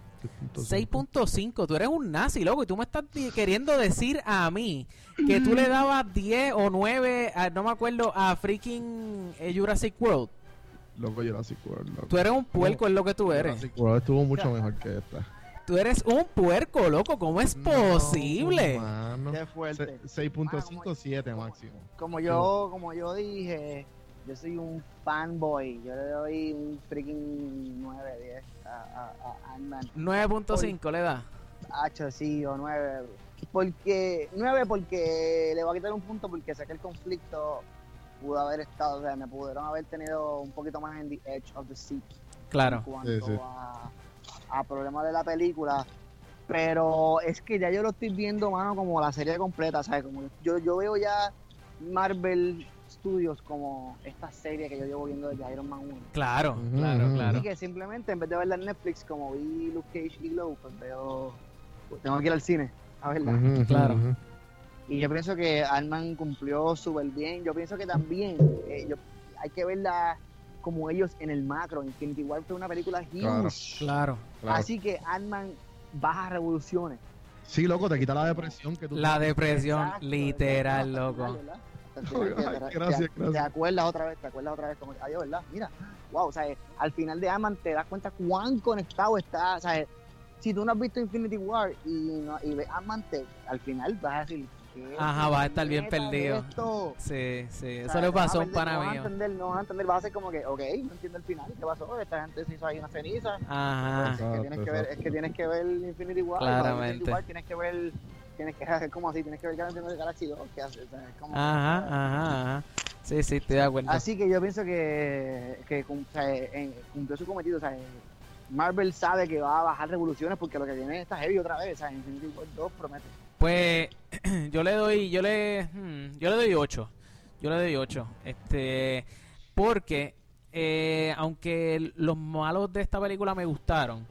[SPEAKER 1] 6.5, tú eres un nazi, loco, y tú me estás di- queriendo decir a mí que tú le dabas 10 o 9, a- no me acuerdo, a freaking eh, Jurassic World.
[SPEAKER 3] Loco, Jurassic World. Loco.
[SPEAKER 1] Tú eres un puerco, es lo que tú eres.
[SPEAKER 3] Jurassic World estuvo mucho mejor que esta.
[SPEAKER 1] Tú eres un puerco, loco, ¿cómo es posible?
[SPEAKER 3] Mano,
[SPEAKER 2] Qué fuerte.
[SPEAKER 3] se- 6.57 máximo.
[SPEAKER 2] Como yo, como yo dije, yo soy un fanboy. Yo le doy un freaking 9, 10 a, a, a Ant-Man.
[SPEAKER 1] 9.5 le da.
[SPEAKER 2] Hacho, sí, o 9. Porque, 9 porque le voy a quitar un punto porque sé que el conflicto pudo haber estado, o sea, me pudieron haber tenido un poquito más en the edge of the seat.
[SPEAKER 1] Claro.
[SPEAKER 2] En cuanto
[SPEAKER 1] Sí, sí.
[SPEAKER 2] A, a problemas de la película. Pero es que ya yo lo estoy viendo, mano, como la serie completa, ¿sabes? Como yo, yo veo ya Marvel Studios como esta serie que yo llevo viendo desde Iron Man 1.
[SPEAKER 1] Claro, claro, claro.
[SPEAKER 2] Y que simplemente en vez de verla en Netflix, como vi Luke Cage y Glow, pues veo. pues tengo que ir al cine a verla.
[SPEAKER 1] Claro.
[SPEAKER 2] Y yo pienso que Alman cumplió súper bien. Yo pienso que también eh, yo- hay que verla como ellos en el macro. Infinity War fue una película huge.
[SPEAKER 1] Claro.
[SPEAKER 3] Claro.
[SPEAKER 2] Así que Alman baja revoluciones.
[SPEAKER 3] Sí, loco, te quita la depresión que tú
[SPEAKER 1] La depresión,
[SPEAKER 2] Exacto,
[SPEAKER 1] literal, loco.
[SPEAKER 2] ¿verdad? Hasta el final,
[SPEAKER 3] Ay,
[SPEAKER 2] te- te-
[SPEAKER 3] gracias,
[SPEAKER 2] te,
[SPEAKER 3] gracias.
[SPEAKER 2] acuerdas otra vez, te acuerdas otra vez. Como, adiós, ¿verdad? Mira, wow, o sea, eh, al final de Ant-Man te das cuenta cuán conectado está. O sea, eh, si tú no has visto Infinity War y, no, y ves Ant-Man, te- al final vas a decir. ¿qué
[SPEAKER 1] Ajá, vas a estar bien
[SPEAKER 2] puñeta es
[SPEAKER 1] perdido.
[SPEAKER 2] esto?
[SPEAKER 1] Sí, sí,
[SPEAKER 2] O
[SPEAKER 1] eso
[SPEAKER 2] sea,
[SPEAKER 1] le
[SPEAKER 2] no vas a
[SPEAKER 1] pasó a un
[SPEAKER 2] perder-
[SPEAKER 1] pana
[SPEAKER 2] no vas a
[SPEAKER 1] mío.
[SPEAKER 2] entender, no vas a entender, vas a ser como que, ok, no entiendo el final, ¿qué pasó? Esta gente se hizo ahí una ceniza.
[SPEAKER 1] Ajá.
[SPEAKER 2] Es Ah,
[SPEAKER 3] Ah,
[SPEAKER 2] que tienes que ver, es que tienes que ver Infinity War, y para ver Infinity
[SPEAKER 1] Claramente.
[SPEAKER 2] War tienes que ver, tienes que ver, como así, tienes que ver Guardians of the Galaxy 2, ¿qué haces? O sea, es como-
[SPEAKER 1] Ajá, ajá, ajá. Sí, sí, estoy de acuerdo.
[SPEAKER 2] Así que yo pienso que, que cum- o sea, en- cumplió su cometido, o sea, Marvel sabe que va a bajar revoluciones porque lo que viene está heavy otra vez, o sea, Infinity War 2 promete.
[SPEAKER 1] Pues yo le doy, yo le, hmm, yo le doy 8. Yo le doy 8. Este, porque eh, aunque l- los malos de esta película me gustaron,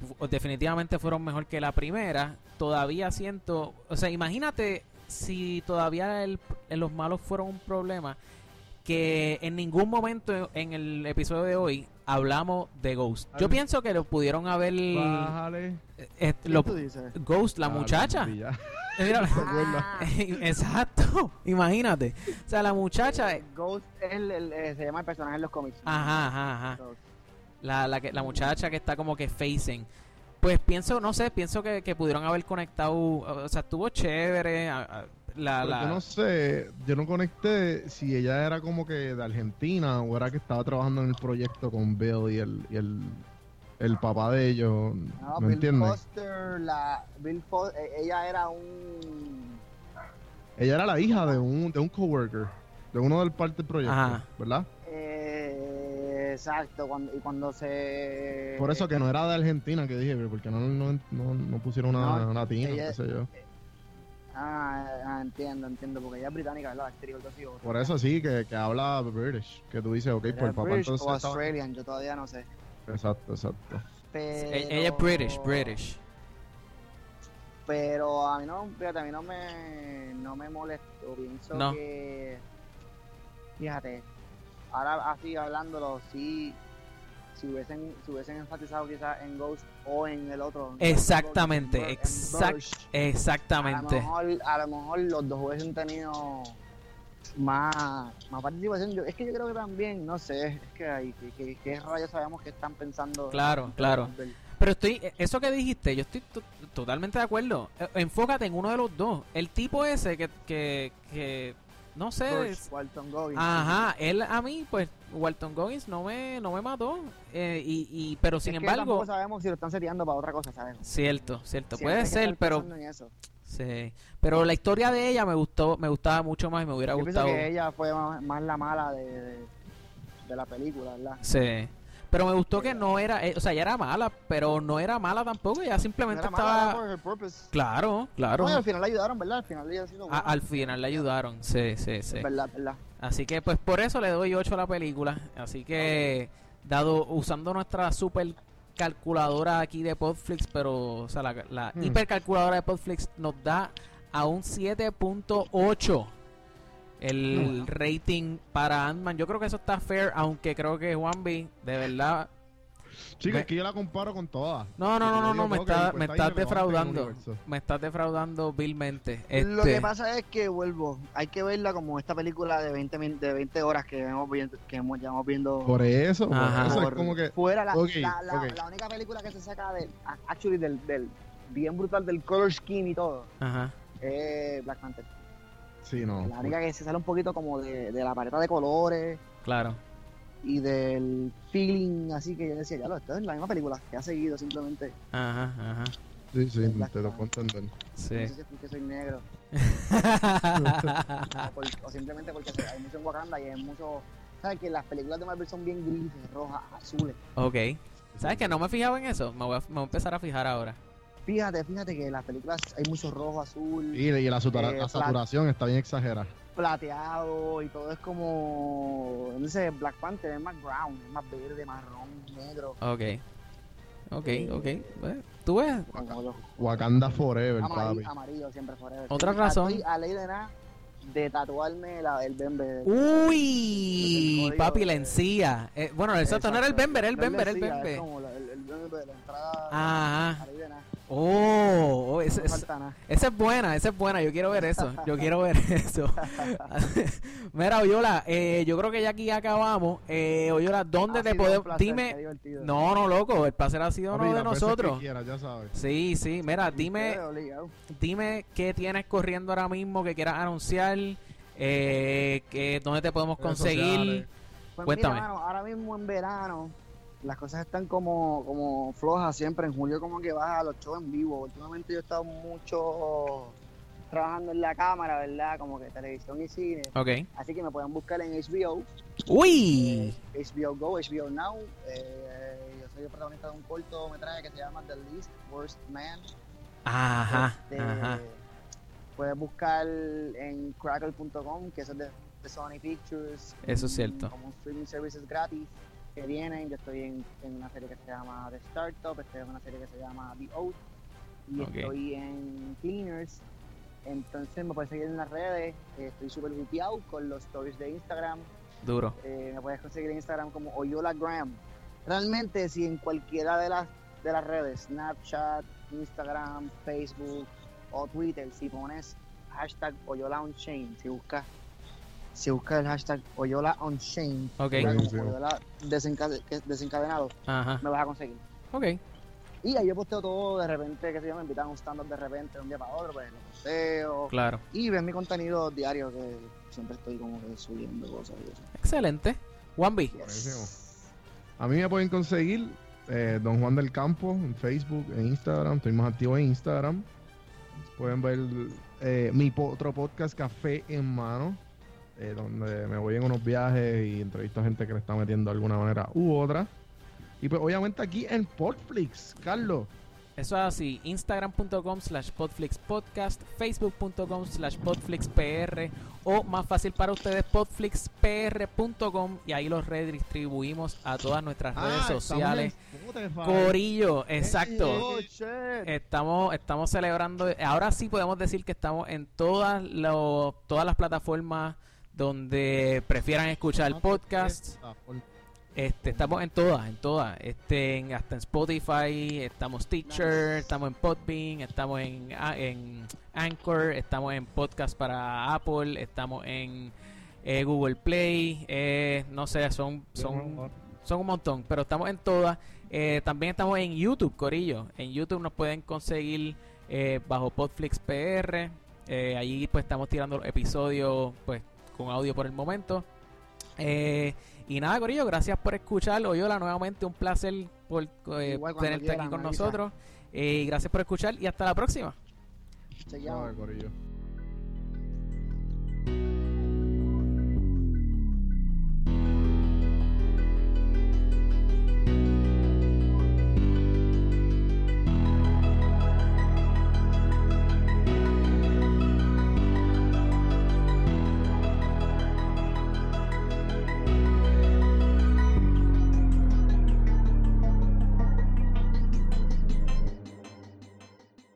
[SPEAKER 1] fu- definitivamente fueron mejor que la primera, todavía siento, o sea, imagínate si todavía el- los malos fueron un problema, que en ningún momento en el episodio de hoy hablamos de Ghost. Yo pienso que lo pudieron haber...
[SPEAKER 3] Bájale.
[SPEAKER 1] Eh, eh,
[SPEAKER 3] ¿Qué
[SPEAKER 1] lo-
[SPEAKER 3] tú dices?
[SPEAKER 1] Ghost, la
[SPEAKER 3] Ah, la
[SPEAKER 1] muchacha.
[SPEAKER 3] bombilla.
[SPEAKER 1] Eh, mira,
[SPEAKER 2] Ah.
[SPEAKER 1] Exacto, imagínate. O sea, la muchacha. eh,
[SPEAKER 2] Ghost es el, el- eh, se llama el personaje en los cómics.
[SPEAKER 1] Ajá, ajá, ajá. La, la, que- la muchacha que está como que facing. Pues pienso, no sé, pienso que, que pudieron haber conectado. O sea, estuvo chévere. a- a- La,
[SPEAKER 3] Pero
[SPEAKER 1] la-
[SPEAKER 3] Pues Yo no sé, yo no conecté si ella era como que de Argentina o era que estaba trabajando en el proyecto con Bill y el, y el, el papá de ellos.
[SPEAKER 2] No,
[SPEAKER 3] ¿Me
[SPEAKER 2] Bill
[SPEAKER 3] entiendes?
[SPEAKER 2] Foster, la, Bill Fo- eh, ella era un...
[SPEAKER 3] Ella era la hija de un, de un coworker, de uno del parte del proyecto,
[SPEAKER 1] Ajá.
[SPEAKER 3] ¿verdad?
[SPEAKER 2] eh, exacto, cuando, y cuando se...
[SPEAKER 3] Por eso que no era de Argentina, que dije, pero porque no, no, no, no pusieron una
[SPEAKER 2] No,
[SPEAKER 3] latina,
[SPEAKER 2] ella- eh,
[SPEAKER 3] qué sé yo.
[SPEAKER 2] Ah, ah, entiendo, entiendo, porque ella es británica, ¿verdad? Este La actriz, algo así, o-
[SPEAKER 3] Por eso sí, que, que habla British, que tú dices, ok, pues el papá
[SPEAKER 2] British
[SPEAKER 3] entonces...
[SPEAKER 2] o
[SPEAKER 3] estaba-
[SPEAKER 2] Australian, yo todavía no sé.
[SPEAKER 3] Exacto, exacto.
[SPEAKER 2] Pero,
[SPEAKER 1] e- Ella es British, British.
[SPEAKER 2] pero a mí no, fíjate, a mí no me, no me molestó. Pienso
[SPEAKER 1] No.
[SPEAKER 2] que, fíjate, ahora así hablándolo, sí, si hubiesen, si hubiesen enfatizado quizás en Ghost o en el otro. en
[SPEAKER 1] Exactamente,
[SPEAKER 2] Bur- en
[SPEAKER 1] exact,
[SPEAKER 2] Burst,
[SPEAKER 1] exactamente.
[SPEAKER 2] A lo, mejor, a lo mejor los dos hubiesen tenido más, más participación. Yo- es que yo creo que también, no sé, es que hay, que, que- que rayos sabemos que están pensando.
[SPEAKER 1] Claro, claro.
[SPEAKER 2] Marvel.
[SPEAKER 1] Pero estoy, e, eso que dijiste, yo estoy to- E, totalmente de acuerdo. Eh, Enfócate en uno de los dos. El tipo ese que, que, que No sé.
[SPEAKER 2] George
[SPEAKER 1] es-
[SPEAKER 2] Walton Goggins.
[SPEAKER 1] Ajá, él a mí, pues, Walton Goggins no me, no me mató. eh, y, y- pero sin
[SPEAKER 2] Es que
[SPEAKER 1] embargo,
[SPEAKER 2] tampoco sabemos si lo están seteando para otra cosa, ¿sabes?
[SPEAKER 1] cierto, cierto,
[SPEAKER 2] Siempre hay
[SPEAKER 1] puede
[SPEAKER 2] que
[SPEAKER 1] ser,
[SPEAKER 2] estar
[SPEAKER 1] pero
[SPEAKER 2] pensando en eso.
[SPEAKER 1] sí, pero la historia de ella me gustó, me gustaba mucho más y me hubiera
[SPEAKER 2] Yo pienso
[SPEAKER 1] gustado.
[SPEAKER 2] que ella fue más, más la mala de, de- de la película, ¿verdad?
[SPEAKER 1] Sí. Pero me gustó que no era, eh, o sea, ella era mala, pero no era mala tampoco, ella
[SPEAKER 2] No
[SPEAKER 1] simplemente
[SPEAKER 2] era mala,
[SPEAKER 1] estaba
[SPEAKER 2] era por her purpose.
[SPEAKER 1] Claro, claro.
[SPEAKER 2] No, y al final la ayudaron, ¿verdad? Al final ella ha sido
[SPEAKER 1] A-
[SPEAKER 2] buena.
[SPEAKER 1] al final le ayudaron, sí, sí, sí.
[SPEAKER 2] Verdad, verdad.
[SPEAKER 1] Así que pues por eso le doy 8 a la película. Así que dado usando nuestra super calculadora aquí de Podflix, pero o sea, la, la
[SPEAKER 17] Hmm.
[SPEAKER 1] hipercalculadora de Podflix nos da a un 7.8 el rating para Ant-Man. Yo creo que eso está fair, aunque creo que Juan B, de verdad
[SPEAKER 3] Chica,
[SPEAKER 1] Me-
[SPEAKER 3] es que yo la comparo con todas.
[SPEAKER 1] no, no, no,
[SPEAKER 3] Yo
[SPEAKER 1] no,
[SPEAKER 3] digo,
[SPEAKER 1] no, me,
[SPEAKER 3] ok,
[SPEAKER 1] está,
[SPEAKER 3] pues
[SPEAKER 1] me
[SPEAKER 3] está
[SPEAKER 1] estás
[SPEAKER 3] irrelevante en el
[SPEAKER 1] defraudando.
[SPEAKER 3] universo.
[SPEAKER 1] Me estás defraudando vilmente. Este,
[SPEAKER 2] Lo que pasa es que vuelvo, hay que verla como esta película de 20, min- de veinte horas que hemos viendo, que hemos, ya hemos viendo.
[SPEAKER 3] Por eso, por
[SPEAKER 1] Ajá.
[SPEAKER 3] eso es
[SPEAKER 1] Por-
[SPEAKER 3] como que.
[SPEAKER 2] Fuera la,
[SPEAKER 3] Ok,
[SPEAKER 2] la, la-
[SPEAKER 3] ok.
[SPEAKER 2] la única película que se saca del, a- actually del, del bien brutal del color scheme y todo,
[SPEAKER 1] Ajá.
[SPEAKER 2] es Black Panther.
[SPEAKER 3] Sí, no.
[SPEAKER 2] La única que se sale un poquito como de, de la paleta de colores
[SPEAKER 1] Claro.
[SPEAKER 2] y del feeling así que yo decía, ya lo, esto es la misma película que ha seguido simplemente.
[SPEAKER 1] Ajá, ajá.
[SPEAKER 3] Sí, sí, te lo puedo entender.
[SPEAKER 2] No
[SPEAKER 1] Sí.
[SPEAKER 2] sé si es porque soy negro.
[SPEAKER 3] Ah.
[SPEAKER 2] o, por- o simplemente porque se- hay mucho en Wakanda y hay mucho. ¿Sabes que las películas de Marvel son bien grises, rojas, azules?
[SPEAKER 1] Ok. ¿Sabes que no me fijaba en eso? Me voy a, me voy a empezar a fijar ahora.
[SPEAKER 2] Fíjate, fíjate que en las películas hay mucho rojo, azul.
[SPEAKER 3] Y, y la, satura-
[SPEAKER 2] eh, pla-
[SPEAKER 3] la saturación está bien exagerada.
[SPEAKER 2] plateado y todo es como. No sé, Black Panther es más brown, es más verde, marrón, negro.
[SPEAKER 1] Ok. Ok, ok. Bueno, Tú ves.
[SPEAKER 3] Wakanda Forever, papi.
[SPEAKER 2] Amarillo, amarillo siempre forever.
[SPEAKER 1] Otra
[SPEAKER 2] Y
[SPEAKER 1] razón.
[SPEAKER 2] Estoy a ley de nada de tatuarme la- el bembe.
[SPEAKER 1] Uy, papi, la encía. Eh, bueno, exacto, no era el Bember, era el
[SPEAKER 2] No es
[SPEAKER 1] Bember, era el
[SPEAKER 2] lencilla, es
[SPEAKER 1] Bember.
[SPEAKER 2] como la- el- el Bembe de la entrada.
[SPEAKER 1] Ajá.
[SPEAKER 2] a ley de nada.
[SPEAKER 1] Oh, oh, ese-
[SPEAKER 2] No
[SPEAKER 1] ese-
[SPEAKER 2] falta nada.
[SPEAKER 1] esa es buena, esa es buena. Yo quiero ver eso. Yo quiero ver eso. Mira, Oyola, eh, yo creo que ya aquí acabamos. Eh, Oyola, ¿dónde
[SPEAKER 2] Ha
[SPEAKER 1] te
[SPEAKER 2] sido un
[SPEAKER 1] podemos.?
[SPEAKER 2] placer, qué
[SPEAKER 1] Dime.
[SPEAKER 2] divertido.
[SPEAKER 1] No, no, loco, el placer ha sido
[SPEAKER 3] Papi,
[SPEAKER 1] uno de
[SPEAKER 3] las veces que
[SPEAKER 1] nosotros.
[SPEAKER 3] quieras, ya sabes.
[SPEAKER 1] Sí, sí, mira, dime.
[SPEAKER 2] Ustedes, obligado.
[SPEAKER 1] Dime qué tienes corriendo ahora mismo que quieras anunciar, eh, que, dónde te podemos
[SPEAKER 2] Redes
[SPEAKER 1] conseguir.
[SPEAKER 2] sociales. Pues
[SPEAKER 1] Cuéntame.
[SPEAKER 2] mira, mano, ahora mismo en verano las cosas están como, como flojas siempre. En julio como que baja los shows en vivo. Últimamente yo he estado mucho trabajando en la cámara, ¿verdad? Como que televisión y cine.
[SPEAKER 1] Ok.
[SPEAKER 2] Así que me pueden buscar en HBO,
[SPEAKER 1] ¡Uy!
[SPEAKER 2] HBO Go, HBO Now. Eh, yo soy el protagonista de un cortometraje que se llama The Least Worst Man.
[SPEAKER 1] Ajá,
[SPEAKER 2] Este,
[SPEAKER 1] ajá.
[SPEAKER 2] Puedes buscar en crackle.com, que eso es de, de Sony Pictures.
[SPEAKER 1] Eso es
[SPEAKER 2] y
[SPEAKER 1] cierto.
[SPEAKER 2] Como un streaming services gratis que vienen. Yo estoy en, en una serie que se llama The Startup, estoy en una serie que se llama The Oath y
[SPEAKER 1] Ok.
[SPEAKER 2] estoy en Cleaners. Entonces me puedes seguir en las redes. eh, Estoy súper gupiado con los stories de Instagram.
[SPEAKER 1] Duro.
[SPEAKER 2] Eh, me puedes conseguir en Instagram como Oyola Graham. Realmente, si en cualquiera de las, de las redes, Snapchat, Instagram, Facebook o Twitter, si pones hashtag Oyola on Chain, si buscas si buscas el hashtag Oyola on Chain,
[SPEAKER 1] Ok.
[SPEAKER 2] como Oyola desenca- que- desencadenado,
[SPEAKER 1] Ajá.
[SPEAKER 2] me vas a conseguir.
[SPEAKER 1] Ok.
[SPEAKER 2] Y ahí yo posteo todo de repente, que se yo, me invitan a un stand-up de repente, de un día para otro, pues lo posteo.
[SPEAKER 1] Claro.
[SPEAKER 2] Y ven mi contenido diario, que siempre estoy como que subiendo cosas y eso.
[SPEAKER 1] Excelente. Juanvi.
[SPEAKER 3] A mí me pueden conseguir eh, Don Juan del Campo en Facebook, en Instagram. Estoy más activo en Instagram. Pueden ver eh, mi po- otro podcast, Café en Mano, eh, donde me voy en unos viajes y entrevisto a gente que le está metiendo de alguna manera u otra. Y pues obviamente aquí en Portflix, Carlos.
[SPEAKER 1] Eso es así, instagram.com slash podflixpodcast, facebook.com slash podflixpr o más fácil para ustedes, podflixpr.com y ahí los redistribuimos a todas nuestras
[SPEAKER 2] Ah,
[SPEAKER 1] redes sociales. Corillo, exacto. Estamos, estamos celebrando, ahora sí podemos decir que estamos en todas, lo- todas las plataformas donde prefieran escuchar el podcast. Este, estamos en todas, en todas. Este, en- hasta en Spotify, estamos Teacher, estamos en Podbean, estamos en, A- en Anchor, estamos en Podcast para Apple, estamos en eh, Google Play, eh, no sé, son, son, son un montón, pero estamos en todas. Eh, también estamos en YouTube, Corillo. En YouTube nos pueden conseguir eh, bajo Podflix PR. Eh, allí pues estamos tirando los episodios pues con audio por el momento. Eh, y nada, Corillo, gracias por escuchar. Oyola, nuevamente un placer por eh,
[SPEAKER 2] Igual cuando
[SPEAKER 1] tenerte aquí
[SPEAKER 2] quieran,
[SPEAKER 1] con
[SPEAKER 2] me avisa.
[SPEAKER 1] nosotros. Eh, y gracias por escuchar y hasta la próxima.
[SPEAKER 2] Se llama.
[SPEAKER 3] Corillo.